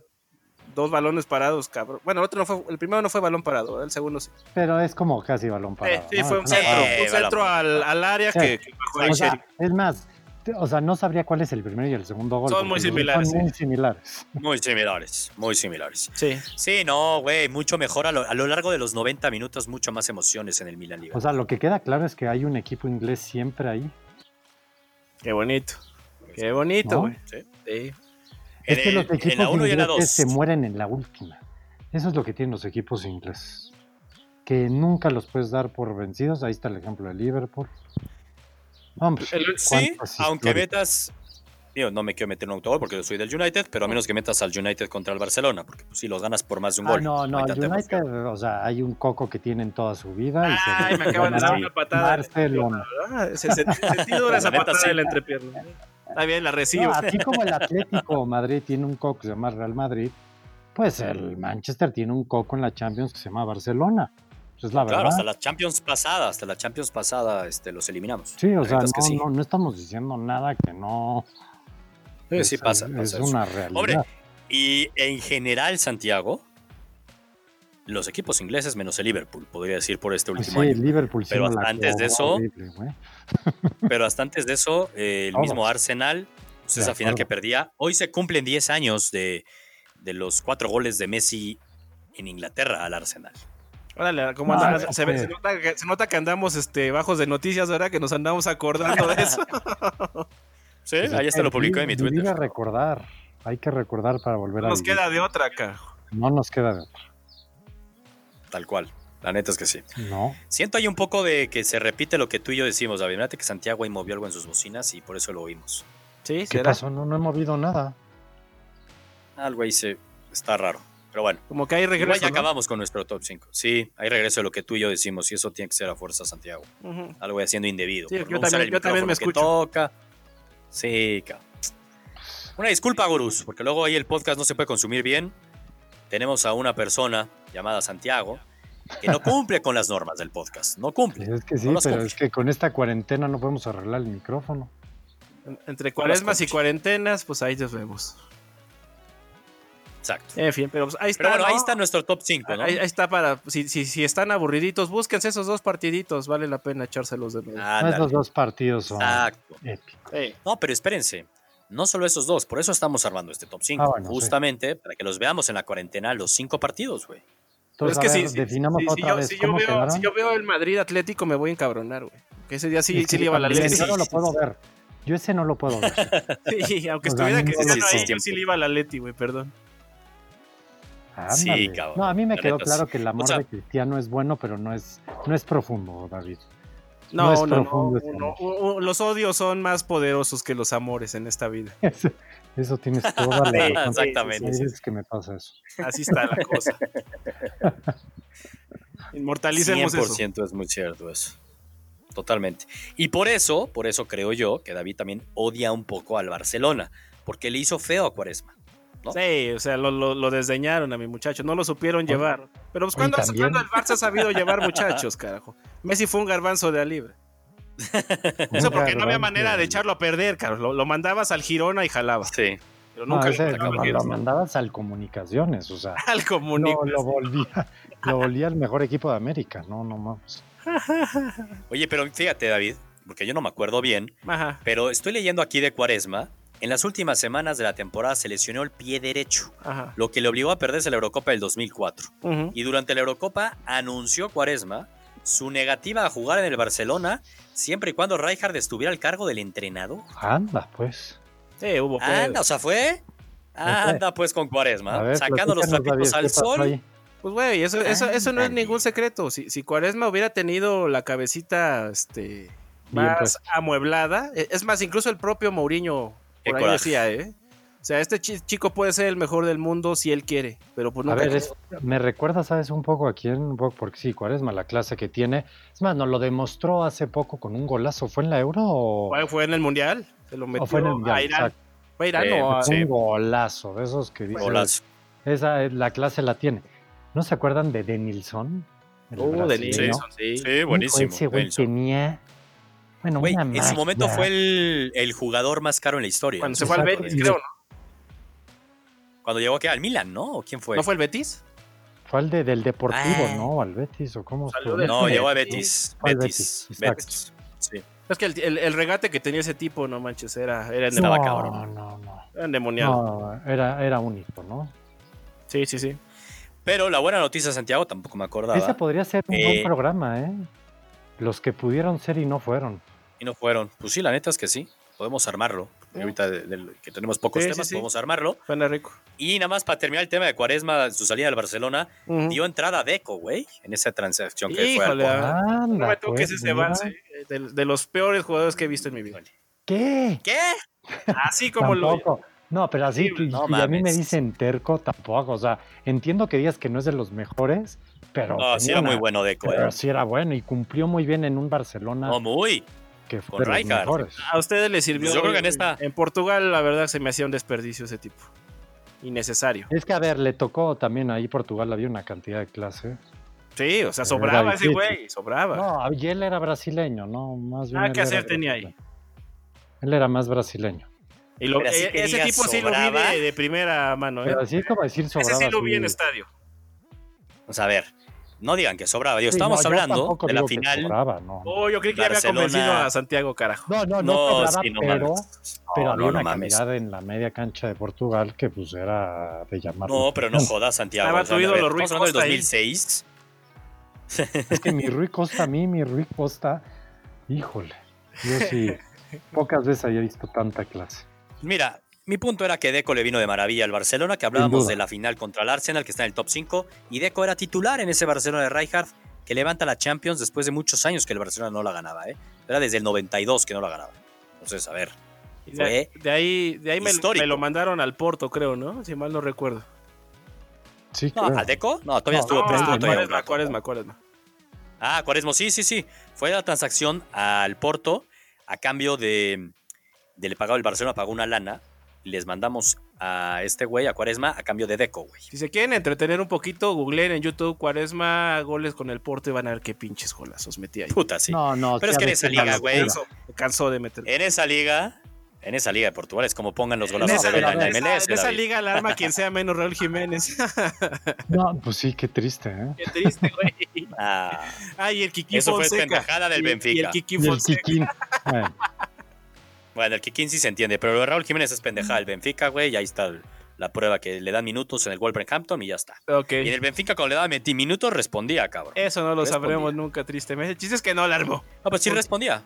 [SPEAKER 2] dos balones parados, cabrón. Bueno, el otro no fue, el primero no fue balón parado, el segundo sí.
[SPEAKER 3] Pero es como casi balón parado.
[SPEAKER 2] Eh, sí,
[SPEAKER 3] ¿no?
[SPEAKER 2] fue un
[SPEAKER 3] Es una
[SPEAKER 2] centro,
[SPEAKER 3] parada.
[SPEAKER 1] Sí,
[SPEAKER 2] un centro
[SPEAKER 1] balón
[SPEAKER 2] al, al área
[SPEAKER 3] Sí.
[SPEAKER 2] que, que bajó
[SPEAKER 3] O
[SPEAKER 2] el
[SPEAKER 3] sea,
[SPEAKER 2] sheriff.
[SPEAKER 3] es más, te- o sea, no sabría cuál es el primero y el segundo gol.
[SPEAKER 2] Son
[SPEAKER 3] porque
[SPEAKER 2] muy
[SPEAKER 3] los dos
[SPEAKER 2] similares,
[SPEAKER 3] Son muy similares.
[SPEAKER 1] Muy similares, muy similares.
[SPEAKER 2] Sí.
[SPEAKER 1] Sí, no, güey, mucho mejor. A lo, a lo largo de los 90 minutos, mucho más emociones en el Milan Liga.
[SPEAKER 3] O sea, lo que queda claro es que hay un equipo inglés siempre ahí.
[SPEAKER 2] Qué bonito. Qué bonito,
[SPEAKER 3] ¿No?
[SPEAKER 2] güey.
[SPEAKER 1] Sí.
[SPEAKER 2] Sí.
[SPEAKER 3] Es
[SPEAKER 1] En
[SPEAKER 3] que
[SPEAKER 1] el-
[SPEAKER 3] los
[SPEAKER 1] en la
[SPEAKER 3] equipos
[SPEAKER 1] 1 y en la
[SPEAKER 3] ingleses
[SPEAKER 1] 2.
[SPEAKER 3] se mueren en la última. Eso es lo que tienen los equipos ingleses. Que nunca los puedes dar por vencidos. Ahí está el ejemplo de Liverpool. Hombre,
[SPEAKER 2] El-
[SPEAKER 1] Sí,
[SPEAKER 3] ¿cuántas
[SPEAKER 1] aunque
[SPEAKER 3] historias?
[SPEAKER 1] metas. Digo, no me quiero meter en un autogol porque yo soy del United, pero a menos que metas al United contra el Barcelona, porque pues, si los ganas por más de un
[SPEAKER 3] Ah,
[SPEAKER 1] gol.
[SPEAKER 3] no, no,
[SPEAKER 1] hay
[SPEAKER 3] el
[SPEAKER 1] tanta emoción.
[SPEAKER 3] United, o sea, hay un coco que tienen toda su vida. y se-
[SPEAKER 2] Ay, me acaban de dar
[SPEAKER 3] ganan
[SPEAKER 2] una patada.
[SPEAKER 3] Barcelona.
[SPEAKER 2] Ah, se, se, sentí dura esa
[SPEAKER 1] La neta,
[SPEAKER 2] patada
[SPEAKER 1] sí.
[SPEAKER 2] de la entrepierna. Está bien, la recibo.
[SPEAKER 3] No, así como el Atlético Madrid tiene un coco que se llama Real Madrid, pues el Manchester tiene un coco en la Champions que se llama Barcelona. Pues es la
[SPEAKER 1] Claro,
[SPEAKER 3] verdad.
[SPEAKER 1] hasta la Champions pasada, hasta la Champions pasada este, los eliminamos.
[SPEAKER 3] Sí,
[SPEAKER 1] La
[SPEAKER 3] o sea,
[SPEAKER 1] neta
[SPEAKER 3] no,
[SPEAKER 1] es que sí.
[SPEAKER 3] no, no estamos diciendo nada que no.
[SPEAKER 1] Sí, sí
[SPEAKER 3] es- eh,
[SPEAKER 1] pasa,
[SPEAKER 3] Es,
[SPEAKER 1] pasa eso.
[SPEAKER 3] una realidad.
[SPEAKER 1] Hombre, y en general, Santiago, los equipos ingleses menos el Liverpool, podría decir por este
[SPEAKER 3] Pues
[SPEAKER 1] último
[SPEAKER 3] sí,
[SPEAKER 1] año.
[SPEAKER 3] Liverpool sí
[SPEAKER 1] Pero
[SPEAKER 3] no la
[SPEAKER 1] hasta antes de
[SPEAKER 3] jugó
[SPEAKER 1] eso, eh,
[SPEAKER 3] horrible, güey.
[SPEAKER 1] Pero hasta antes de eso, eh, el
[SPEAKER 3] Todos.
[SPEAKER 1] mismo Arsenal, pues
[SPEAKER 3] De
[SPEAKER 1] esa final
[SPEAKER 3] acuerdo.
[SPEAKER 1] que perdía, hoy se cumplen 10 años de, de los cuatro goles de Messi en Inglaterra al Arsenal.
[SPEAKER 2] Órale, ¿cómo
[SPEAKER 3] No,
[SPEAKER 2] andas?
[SPEAKER 3] es
[SPEAKER 2] se, ve-
[SPEAKER 3] que-
[SPEAKER 2] se nota que, se nota que andamos este, bajos de noticias, ¿verdad? Que nos andamos acordando de eso.
[SPEAKER 1] Sí,
[SPEAKER 3] Pues
[SPEAKER 1] ahí
[SPEAKER 3] es
[SPEAKER 1] hasta
[SPEAKER 3] que
[SPEAKER 1] lo publicó en mi
[SPEAKER 3] vivir-
[SPEAKER 1] Twitter.
[SPEAKER 3] vivir a recordar. Hay que recordar para volver
[SPEAKER 2] No
[SPEAKER 3] a
[SPEAKER 2] nos
[SPEAKER 3] vivir.
[SPEAKER 2] queda de otra acá.
[SPEAKER 3] No nos queda de otra.
[SPEAKER 1] Tal cual. La neta es que sí.
[SPEAKER 3] No.
[SPEAKER 1] Siento ahí un poco de que se repite lo que tú y yo decimos, David. Fíjate que Santiago ahí movió algo en sus bocinas y por eso lo oímos.
[SPEAKER 2] Sí,
[SPEAKER 3] ¿Qué
[SPEAKER 2] será.
[SPEAKER 3] pasó? No, no he movido nada.
[SPEAKER 1] Algo ahí Ah, se está raro. Pero bueno,
[SPEAKER 2] Como que hay regreso.
[SPEAKER 1] igual ya
[SPEAKER 2] ¿no?
[SPEAKER 1] acabamos con nuestro top 5. Sí, ahí regreso a lo que tú y yo decimos y eso tiene que ser a fuerza, Santiago.
[SPEAKER 2] Ujú.
[SPEAKER 1] Algo haciendo indebido.
[SPEAKER 2] Sí,
[SPEAKER 1] por
[SPEAKER 2] yo
[SPEAKER 1] no usar
[SPEAKER 2] también-
[SPEAKER 1] el
[SPEAKER 2] yo también me
[SPEAKER 1] micrófono que
[SPEAKER 2] escucho.
[SPEAKER 1] toca. Sí, cabrón. Una disculpa, gurús, porque luego ahí el podcast no se puede consumir bien. Tenemos a una persona llamada Santiago que no cumple con las normas del podcast. No cumple.
[SPEAKER 3] Pues es que sí,
[SPEAKER 1] No las
[SPEAKER 3] pero
[SPEAKER 1] cumple.
[SPEAKER 3] es que con esta cuarentena no podemos arreglar el micrófono.
[SPEAKER 2] Entre cuaresmas y cuarentenas, pues ahí nos vemos.
[SPEAKER 1] Exacto.
[SPEAKER 2] En fin, pero pues ahí está.
[SPEAKER 1] Pero bueno,
[SPEAKER 2] ¿no?
[SPEAKER 1] ahí está nuestro top 5, ¿no?
[SPEAKER 2] Ahí, ahí está para. Si, si, si están aburriditos, búsquense esos dos partiditos. Vale la pena echárselos de nuevo.
[SPEAKER 1] Ándale.
[SPEAKER 3] No es los dos partidos son
[SPEAKER 1] Exacto.
[SPEAKER 3] épicos.
[SPEAKER 2] Sí.
[SPEAKER 1] No, pero espérense. No solo esos dos, por eso estamos armando este top 5.
[SPEAKER 3] Ah, bueno, sí.
[SPEAKER 1] justamente para que los veamos en la cuarentena los cinco partidos, güey.
[SPEAKER 2] Pero
[SPEAKER 3] Entonces, a ver, definamos
[SPEAKER 2] sí, sí,
[SPEAKER 3] otra
[SPEAKER 2] yo-
[SPEAKER 3] vez
[SPEAKER 2] si yo
[SPEAKER 3] cómo
[SPEAKER 2] veo,
[SPEAKER 3] quedaron.
[SPEAKER 2] si yo veo el Madrid Atlético, me voy a encabronar, güey. Que ese día sí,
[SPEAKER 3] Es
[SPEAKER 2] sí
[SPEAKER 3] que
[SPEAKER 2] le iba a la
[SPEAKER 3] también,
[SPEAKER 2] Leti.
[SPEAKER 3] Yo no lo puedo ver. Yo ese no lo puedo ver.
[SPEAKER 2] Sí, aunque
[SPEAKER 3] O sea,
[SPEAKER 2] estuviera
[SPEAKER 3] no lo
[SPEAKER 2] Cristiano ahí, yo
[SPEAKER 1] existen.
[SPEAKER 2] sí le iba a la Leti, güey, perdón.
[SPEAKER 1] Sí,
[SPEAKER 3] Ándale.
[SPEAKER 1] cabrón,
[SPEAKER 3] No, a mí me
[SPEAKER 1] la
[SPEAKER 3] quedó
[SPEAKER 1] neta,
[SPEAKER 3] claro
[SPEAKER 1] sí.
[SPEAKER 3] que el amor
[SPEAKER 1] sea-
[SPEAKER 3] de Cristiano es bueno, pero no es, no es profundo, David. No
[SPEAKER 2] No,
[SPEAKER 3] es
[SPEAKER 2] no, no,
[SPEAKER 3] profundo este
[SPEAKER 2] no,
[SPEAKER 3] amor.
[SPEAKER 2] u- u- Los odios son más poderosos que los amores en esta vida.
[SPEAKER 3] Eso, eso tienes toda la
[SPEAKER 1] Sí,
[SPEAKER 3] razón.
[SPEAKER 1] exactamente.
[SPEAKER 3] Me dices que me pasa eso.
[SPEAKER 2] Así está la cosa. Inmortalicemos eso.
[SPEAKER 1] 100% es muy cierto eso. Totalmente. Y por eso, por eso creo yo que David también odia un poco al Barcelona, porque le hizo feo a Cuaresma.
[SPEAKER 2] Sí, o sea, lo, lo- lo desdeñaron a mi muchacho, no lo supieron
[SPEAKER 3] Oye.
[SPEAKER 2] llevar. Pero pues
[SPEAKER 3] Oye,
[SPEAKER 2] cuando
[SPEAKER 3] también.
[SPEAKER 2] el Barça ha sabido llevar muchachos, carajo. Messi fue un garbanzo de a libre. Eso porque no había manera de echarlo a perder, carajo. Lo, lo mandabas al Girona y jalaba.
[SPEAKER 1] Sí.
[SPEAKER 2] Pero
[SPEAKER 3] No,
[SPEAKER 2] nunca lo
[SPEAKER 3] ese
[SPEAKER 2] sacaba
[SPEAKER 3] lo,
[SPEAKER 2] al
[SPEAKER 3] lo
[SPEAKER 2] Girona.
[SPEAKER 3] mandabas al comunicaciones, o sea.
[SPEAKER 2] Al comunico.
[SPEAKER 3] No, lo volvía, lo volvía el mejor equipo de América. No, no mames.
[SPEAKER 1] Oye, pero fíjate, David, porque yo no me acuerdo bien,
[SPEAKER 2] Ajá.
[SPEAKER 1] pero estoy leyendo aquí de Cuaresma. En las últimas semanas de la temporada se lesionó el pie derecho,
[SPEAKER 2] Ajá.
[SPEAKER 1] lo que le obligó a perderse la Eurocopa del 2004.
[SPEAKER 2] Ujú.
[SPEAKER 1] Y durante la Eurocopa anunció Cuaresma su negativa a jugar en el Barcelona siempre y cuando Rijkaard estuviera al cargo del entrenador.
[SPEAKER 3] Anda, pues.
[SPEAKER 2] Sí, hubo pedo.
[SPEAKER 1] Anda, Ah, o sea, fue. Anda, pues con Cuaresma,
[SPEAKER 3] A ver,
[SPEAKER 1] sacando los
[SPEAKER 3] platícanos,
[SPEAKER 1] trapitos
[SPEAKER 3] David,
[SPEAKER 1] al
[SPEAKER 3] ¿qué pasó
[SPEAKER 1] sol.
[SPEAKER 3] ahí?
[SPEAKER 2] Pues güey, eso, eso, eso no es
[SPEAKER 1] Ándale.
[SPEAKER 2] ningún secreto. Si, si Cuaresma hubiera tenido la cabecita este,
[SPEAKER 3] Bien,
[SPEAKER 2] más
[SPEAKER 3] pues.
[SPEAKER 2] amueblada, e- es más, incluso el propio Mourinho
[SPEAKER 1] Qué
[SPEAKER 2] por ahí
[SPEAKER 1] coraje.
[SPEAKER 2] decía, ¿eh? O sea, este chi- chico puede ser el mejor del mundo si él quiere, pero pues
[SPEAKER 3] A
[SPEAKER 2] nunca.
[SPEAKER 3] ver, es- me recuerda, ¿sabes? Un poco a quién, un poco, porque sí, Cuaresma, la clase que tiene. Es más, nos lo demostró hace poco con un golazo. ¿Fue en la Euro o,
[SPEAKER 2] Fue- Fue en el Mundial, se lo
[SPEAKER 3] o
[SPEAKER 2] metió
[SPEAKER 3] fue en el Mundial?
[SPEAKER 2] a Irán.
[SPEAKER 3] Exacto. Eh, pues,
[SPEAKER 2] Fue a Irán
[SPEAKER 1] Sí,
[SPEAKER 2] o a-
[SPEAKER 1] sí.
[SPEAKER 3] Un golazo, de esos que dice.
[SPEAKER 1] Golazo.
[SPEAKER 3] Esa es la clase la tiene. ¿No se acuerdan de Denilson? El
[SPEAKER 2] Oh, de
[SPEAKER 3] brasileño.
[SPEAKER 1] Uh, Denilson,
[SPEAKER 2] Nilsson, sí.
[SPEAKER 1] Sí,
[SPEAKER 3] Hijo,
[SPEAKER 1] buenísimo.
[SPEAKER 3] Ese güey
[SPEAKER 1] Wilson.
[SPEAKER 3] tenía. Bueno,
[SPEAKER 1] Güey,
[SPEAKER 3] una
[SPEAKER 1] en su momento
[SPEAKER 3] magia.
[SPEAKER 1] fue el, el jugador más caro en la historia.
[SPEAKER 2] Cuando se fue al
[SPEAKER 3] pues, Exacto.
[SPEAKER 2] Betis, creo, ¿no?
[SPEAKER 1] Cuando llegó aquí al Milan, ¿no? ¿O
[SPEAKER 3] Pues.
[SPEAKER 1] quién fue?
[SPEAKER 2] ¿No fue el Betis?
[SPEAKER 3] Fue al de- del Deportivo,
[SPEAKER 1] Ah.
[SPEAKER 3] ¿no? Al Betis, o cómo
[SPEAKER 2] Salió
[SPEAKER 3] estuvo?
[SPEAKER 2] del-
[SPEAKER 1] No, llegó a
[SPEAKER 2] Betis.
[SPEAKER 1] Betis.
[SPEAKER 3] Fue al
[SPEAKER 1] Betis.
[SPEAKER 3] Betis, exacto.
[SPEAKER 1] Betis. Sí.
[SPEAKER 2] Es que el, el- el regate que tenía ese tipo, no manches, era, era,
[SPEAKER 1] Estaba
[SPEAKER 3] no,
[SPEAKER 1] cabrón.
[SPEAKER 3] No, no,
[SPEAKER 2] era endemoniado.
[SPEAKER 3] no. Era, era único, ¿no?
[SPEAKER 2] Sí, sí, sí.
[SPEAKER 1] Pero la buena noticia, Santiago, tampoco me acordaba.
[SPEAKER 3] Ese podría ser un
[SPEAKER 1] Eh.
[SPEAKER 3] buen programa, ¿eh? Los que pudieron ser y no fueron.
[SPEAKER 1] Y no fueron. Pues sí, la neta es que sí. Podemos armarlo. Y Ahorita de- del- que tenemos pocos
[SPEAKER 2] Sí, sí,
[SPEAKER 1] temas,
[SPEAKER 2] sí.
[SPEAKER 1] podemos armarlo.
[SPEAKER 2] Suena rico.
[SPEAKER 1] Y nada más para terminar el tema de Cuaresma, su salida del Barcelona,
[SPEAKER 2] Ujú.
[SPEAKER 1] dio entrada a Deco, güey, en esa transacción que fue al
[SPEAKER 2] Híjole,
[SPEAKER 1] Porto.
[SPEAKER 2] ah,
[SPEAKER 3] Anda,
[SPEAKER 2] no me toques
[SPEAKER 3] pues,
[SPEAKER 2] ese
[SPEAKER 3] mira.
[SPEAKER 2] avance eh, de, de los peores jugadores ah, que he visto en mi vida.
[SPEAKER 3] ¿Qué?
[SPEAKER 1] ¿Qué?
[SPEAKER 2] Así como lo.
[SPEAKER 3] Tampoco. No, pero así,
[SPEAKER 2] Horrible.
[SPEAKER 3] y-
[SPEAKER 1] No
[SPEAKER 3] y a mí me
[SPEAKER 1] mames.
[SPEAKER 3] dicen terco tampoco. O sea, entiendo que digas que no es de los mejores, pero.
[SPEAKER 1] No, sí
[SPEAKER 3] tenía
[SPEAKER 1] era
[SPEAKER 3] una-
[SPEAKER 1] muy bueno Deco. eh.
[SPEAKER 3] Pero sí era bueno y cumplió muy bien en un Barcelona
[SPEAKER 1] No, muy.
[SPEAKER 3] que fue
[SPEAKER 1] con
[SPEAKER 3] de los
[SPEAKER 1] Rijkaard.
[SPEAKER 3] mejores.
[SPEAKER 2] A ustedes les sirvió.
[SPEAKER 1] Yo creo que en esta-
[SPEAKER 2] En Portugal, la verdad, se me hacía un desperdicio ese tipo. Innecesario.
[SPEAKER 3] Es que, a ver, le tocó también ahí Portugal, había una cantidad de clase.
[SPEAKER 2] Sí, o sea,
[SPEAKER 3] Era
[SPEAKER 2] sobraba ese
[SPEAKER 3] difícil.
[SPEAKER 2] güey, sobraba.
[SPEAKER 3] No, y él era brasileño, ¿no? Más bien
[SPEAKER 2] Nada
[SPEAKER 3] él
[SPEAKER 2] que
[SPEAKER 3] era
[SPEAKER 2] Ah, hacer tenía ahí.
[SPEAKER 3] brasileño. Él era más brasileño.
[SPEAKER 2] Y lo-
[SPEAKER 1] Pero así
[SPEAKER 2] eh,
[SPEAKER 1] que
[SPEAKER 2] ese
[SPEAKER 1] digas,
[SPEAKER 2] tipo sí lo vi
[SPEAKER 1] sobraba.
[SPEAKER 2] de, de primera mano. ¿eh?
[SPEAKER 3] Pero así es como decir sobraba.
[SPEAKER 2] Ese sí lo vi en
[SPEAKER 3] sí.
[SPEAKER 2] estadio.
[SPEAKER 1] O sea, a ver, no digan que sobraba. Digo,
[SPEAKER 3] Sí,
[SPEAKER 1] estábamos
[SPEAKER 3] no, yo
[SPEAKER 1] hablando
[SPEAKER 3] tampoco
[SPEAKER 1] de la
[SPEAKER 3] digo que
[SPEAKER 1] final.
[SPEAKER 3] sobraba, no.
[SPEAKER 2] Oh, yo creí que ya había
[SPEAKER 1] Barcelona-
[SPEAKER 2] convencido a Santiago, carajo.
[SPEAKER 3] No, no, no,
[SPEAKER 1] No,
[SPEAKER 3] sobraba,
[SPEAKER 1] sí, no
[SPEAKER 3] pero,
[SPEAKER 1] mames.
[SPEAKER 3] pero
[SPEAKER 1] No,
[SPEAKER 3] había
[SPEAKER 1] no,
[SPEAKER 3] una
[SPEAKER 1] no mames.
[SPEAKER 3] calidad en la media cancha de Portugal que pues era de llamar.
[SPEAKER 1] No, pero no jodas, Santiago.
[SPEAKER 2] Estaba
[SPEAKER 1] O sea,
[SPEAKER 2] tu
[SPEAKER 1] a ver,
[SPEAKER 2] ídolo, Rui
[SPEAKER 1] Estamos hablando del
[SPEAKER 2] Costa ahí.
[SPEAKER 1] 2006.
[SPEAKER 3] Es que mi Rui Costa, a mí, mi Rui Costa, híjole, yo sí, pocas veces había visto tanta clase.
[SPEAKER 1] Mira, mi punto era que Deco le vino de maravilla al Barcelona, que hablábamos
[SPEAKER 3] duda.
[SPEAKER 1] de la final contra el Arsenal, que está en el top 5, y Deco era titular en ese Barcelona de Rijkaard, que levanta la Champions después de muchos años que el Barcelona no la ganaba, ¿eh? Era desde el 92 que no la ganaba. Entonces, a ver,
[SPEAKER 2] Y De, de ahí, de ahí me,
[SPEAKER 1] Histórico.
[SPEAKER 2] me lo mandaron al Porto, creo, ¿no? Si mal no recuerdo.
[SPEAKER 3] Sí,
[SPEAKER 1] no,
[SPEAKER 3] claro.
[SPEAKER 1] ¿a Deco? No, todavía
[SPEAKER 3] No,
[SPEAKER 1] estuvo, pero
[SPEAKER 2] Ah,
[SPEAKER 1] estuvo
[SPEAKER 3] no,
[SPEAKER 1] todavía un
[SPEAKER 2] Cuaresma,
[SPEAKER 1] rato.
[SPEAKER 2] Cuaresma, Cuaresma.
[SPEAKER 1] Ah, Cuaresmo, sí, sí, sí. Fue la transacción al Porto a cambio de, de le pagaba el Barcelona, pagó una lana. Les mandamos a este güey, a Cuaresma, a cambio de Deco, güey.
[SPEAKER 2] Si se quieren entretener un poquito, googleen en YouTube Cuaresma goles con el Porto y van a ver qué pinches golazos metí ahí.
[SPEAKER 1] Puta, sí.
[SPEAKER 3] No, no,
[SPEAKER 1] Pero es
[SPEAKER 3] sí,
[SPEAKER 1] que
[SPEAKER 3] a
[SPEAKER 1] en esa
[SPEAKER 3] veces la
[SPEAKER 1] liga, güey,
[SPEAKER 3] locura.
[SPEAKER 2] Me cansó de meter.
[SPEAKER 1] En esa liga, En esa liga de Portugal es como pongan los
[SPEAKER 2] En
[SPEAKER 1] golazos
[SPEAKER 2] esa,
[SPEAKER 1] de Vela
[SPEAKER 2] en
[SPEAKER 1] en la
[SPEAKER 2] esa-
[SPEAKER 1] MLS.
[SPEAKER 2] en esa
[SPEAKER 1] David.
[SPEAKER 2] liga alarma quien sea menos Raúl Jiménez.
[SPEAKER 3] No, pues sí, qué triste, ¿eh?
[SPEAKER 2] Qué triste, güey.
[SPEAKER 1] Ah,
[SPEAKER 2] Ay, el Kiki
[SPEAKER 1] eso fue
[SPEAKER 2] Fonseca.
[SPEAKER 1] pendejada del
[SPEAKER 2] Y- Y el
[SPEAKER 1] Benfica.
[SPEAKER 2] Kiki
[SPEAKER 3] Y el
[SPEAKER 2] Fonseca.
[SPEAKER 3] Kikín. Bueno,
[SPEAKER 1] Bueno, el Kikín sí se entiende, pero lo de Raúl Jiménez es pendejada del Benfica, güey. Y ahí está la prueba que le dan minutos en el Wolverhampton y ya está.
[SPEAKER 2] Ok.
[SPEAKER 1] Y en el Benfica, cuando le daban 20 minutos, respondía, cabrón.
[SPEAKER 2] Eso no lo
[SPEAKER 1] Respondía.
[SPEAKER 2] sabremos nunca, tristemente. El chiste es que no alarmó.
[SPEAKER 1] No, pues sí
[SPEAKER 2] Porque-
[SPEAKER 1] respondía.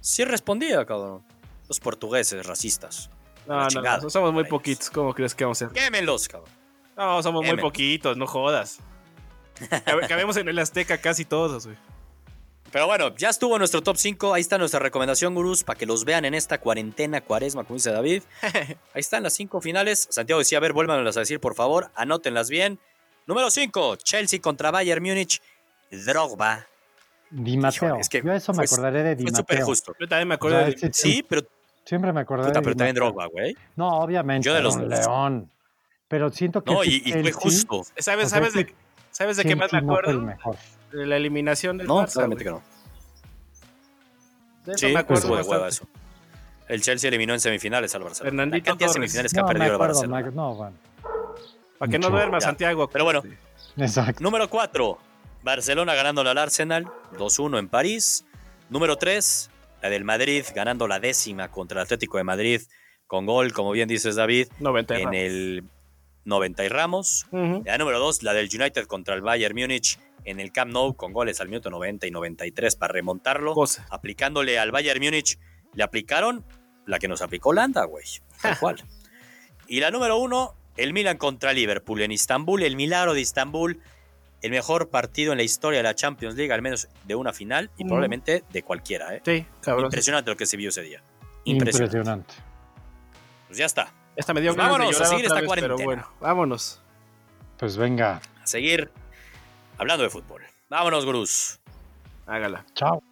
[SPEAKER 1] Sí respondía, cabrón. Los portugueses racistas. La
[SPEAKER 2] No, no,
[SPEAKER 1] chingada.
[SPEAKER 2] no, somos muy
[SPEAKER 1] Rayos.
[SPEAKER 2] poquitos. ¿Cómo crees que vamos a ser?
[SPEAKER 1] Quémenlos, cabrón.
[SPEAKER 2] No, somos muy
[SPEAKER 1] Emen.
[SPEAKER 2] poquitos, no jodas. Cabe- Cabemos en el Azteca casi todos, güey.
[SPEAKER 1] Pero bueno, ya estuvo nuestro top 5. Ahí está nuestra recomendación, gurús, para que los vean en esta cuarentena, cuaresma, como dice David. Ahí están las cinco finales. Santiago decía, a ver, vuélvanlas a decir, por favor. Anótenlas bien. Número 5, Chelsea contra Bayern Múnich. Drogba.
[SPEAKER 3] Di Mateo.
[SPEAKER 1] Híjole, es que
[SPEAKER 3] Yo eso me
[SPEAKER 1] fue-
[SPEAKER 3] acordaré de Di
[SPEAKER 1] Fue súper
[SPEAKER 3] Mateo.
[SPEAKER 1] justo.
[SPEAKER 2] Yo también me
[SPEAKER 3] O
[SPEAKER 2] acuerdo
[SPEAKER 3] sea,
[SPEAKER 2] de.
[SPEAKER 3] ese
[SPEAKER 1] Sí, pero,
[SPEAKER 3] Siempre me acordé
[SPEAKER 1] puta,
[SPEAKER 3] de
[SPEAKER 1] pero
[SPEAKER 3] Di
[SPEAKER 1] también
[SPEAKER 3] Matteo.
[SPEAKER 1] Drogba, güey.
[SPEAKER 3] No, obviamente.
[SPEAKER 1] Yo de
[SPEAKER 3] era
[SPEAKER 1] los
[SPEAKER 3] un
[SPEAKER 1] dos.
[SPEAKER 3] León. Pero siento que.
[SPEAKER 1] No,
[SPEAKER 3] ese
[SPEAKER 1] y, y fue
[SPEAKER 3] Chelsea-
[SPEAKER 1] justo.
[SPEAKER 2] ¿Sabes,
[SPEAKER 3] O sea,
[SPEAKER 2] sabes,
[SPEAKER 3] ese
[SPEAKER 2] de, ¿sabes de qué más me
[SPEAKER 3] Chelsea no fue el
[SPEAKER 2] acuerdo?
[SPEAKER 3] mejor.
[SPEAKER 2] De la eliminación del
[SPEAKER 1] No,
[SPEAKER 2] Barça,
[SPEAKER 1] claramente que
[SPEAKER 2] güey.
[SPEAKER 1] no.
[SPEAKER 2] De eso
[SPEAKER 1] Sí,
[SPEAKER 2] me
[SPEAKER 1] pues
[SPEAKER 2] acuerdo
[SPEAKER 1] huevo, huevo
[SPEAKER 2] bastante.
[SPEAKER 1] eso. El Chelsea eliminó en semifinales al Barcelona. La
[SPEAKER 2] Fernandito
[SPEAKER 1] cantidad de
[SPEAKER 2] Torres.
[SPEAKER 1] semifinales que
[SPEAKER 3] No,
[SPEAKER 1] ha
[SPEAKER 3] me
[SPEAKER 1] perdido el
[SPEAKER 3] acuerdo,
[SPEAKER 1] Barcelona.
[SPEAKER 3] me- no, bueno.
[SPEAKER 2] Para que no
[SPEAKER 3] Mucho.
[SPEAKER 2] duerma
[SPEAKER 1] Ya.
[SPEAKER 2] Santiago.
[SPEAKER 1] Pero bueno.
[SPEAKER 3] Exacto.
[SPEAKER 1] Número 4, Barcelona ganándole al Arsenal 2-1 en París. Número 3, la del Madrid ganando la décima contra el Atlético de Madrid con gol, como bien dices David,
[SPEAKER 2] 90.
[SPEAKER 1] en el 90 y Ramos.
[SPEAKER 2] Ujú.
[SPEAKER 1] La número 2, la del United contra el Bayern Múnich en el Camp Nou con goles al minuto 90 y 93 para remontarlo.
[SPEAKER 2] Cosa.
[SPEAKER 1] aplicándole al Bayern Múnich, le aplicaron la que nos aplicó Holanda, güey. Tal cual. Y la número uno, el Milan contra Liverpool en Istambul, el milagro de Istambul, el mejor partido en la historia de la Champions League, al menos de una final y
[SPEAKER 2] Ujú.
[SPEAKER 1] probablemente de cualquiera. ¿eh?
[SPEAKER 2] Sí, cabrón.
[SPEAKER 1] Impresionante lo que se vio ese día. Impresionante.
[SPEAKER 3] Impresionante.
[SPEAKER 1] Pues ya está.
[SPEAKER 2] Esta me dio
[SPEAKER 1] Pues
[SPEAKER 2] ganas de
[SPEAKER 1] vámonos a
[SPEAKER 2] llorar
[SPEAKER 1] seguir
[SPEAKER 2] otra
[SPEAKER 1] esta
[SPEAKER 2] vez, pero
[SPEAKER 1] cuarentena.
[SPEAKER 2] bueno, vámonos.
[SPEAKER 3] Pues venga.
[SPEAKER 1] A seguir hablando de fútbol. Vámonos, Gruz.
[SPEAKER 2] Hágala.
[SPEAKER 3] Chao.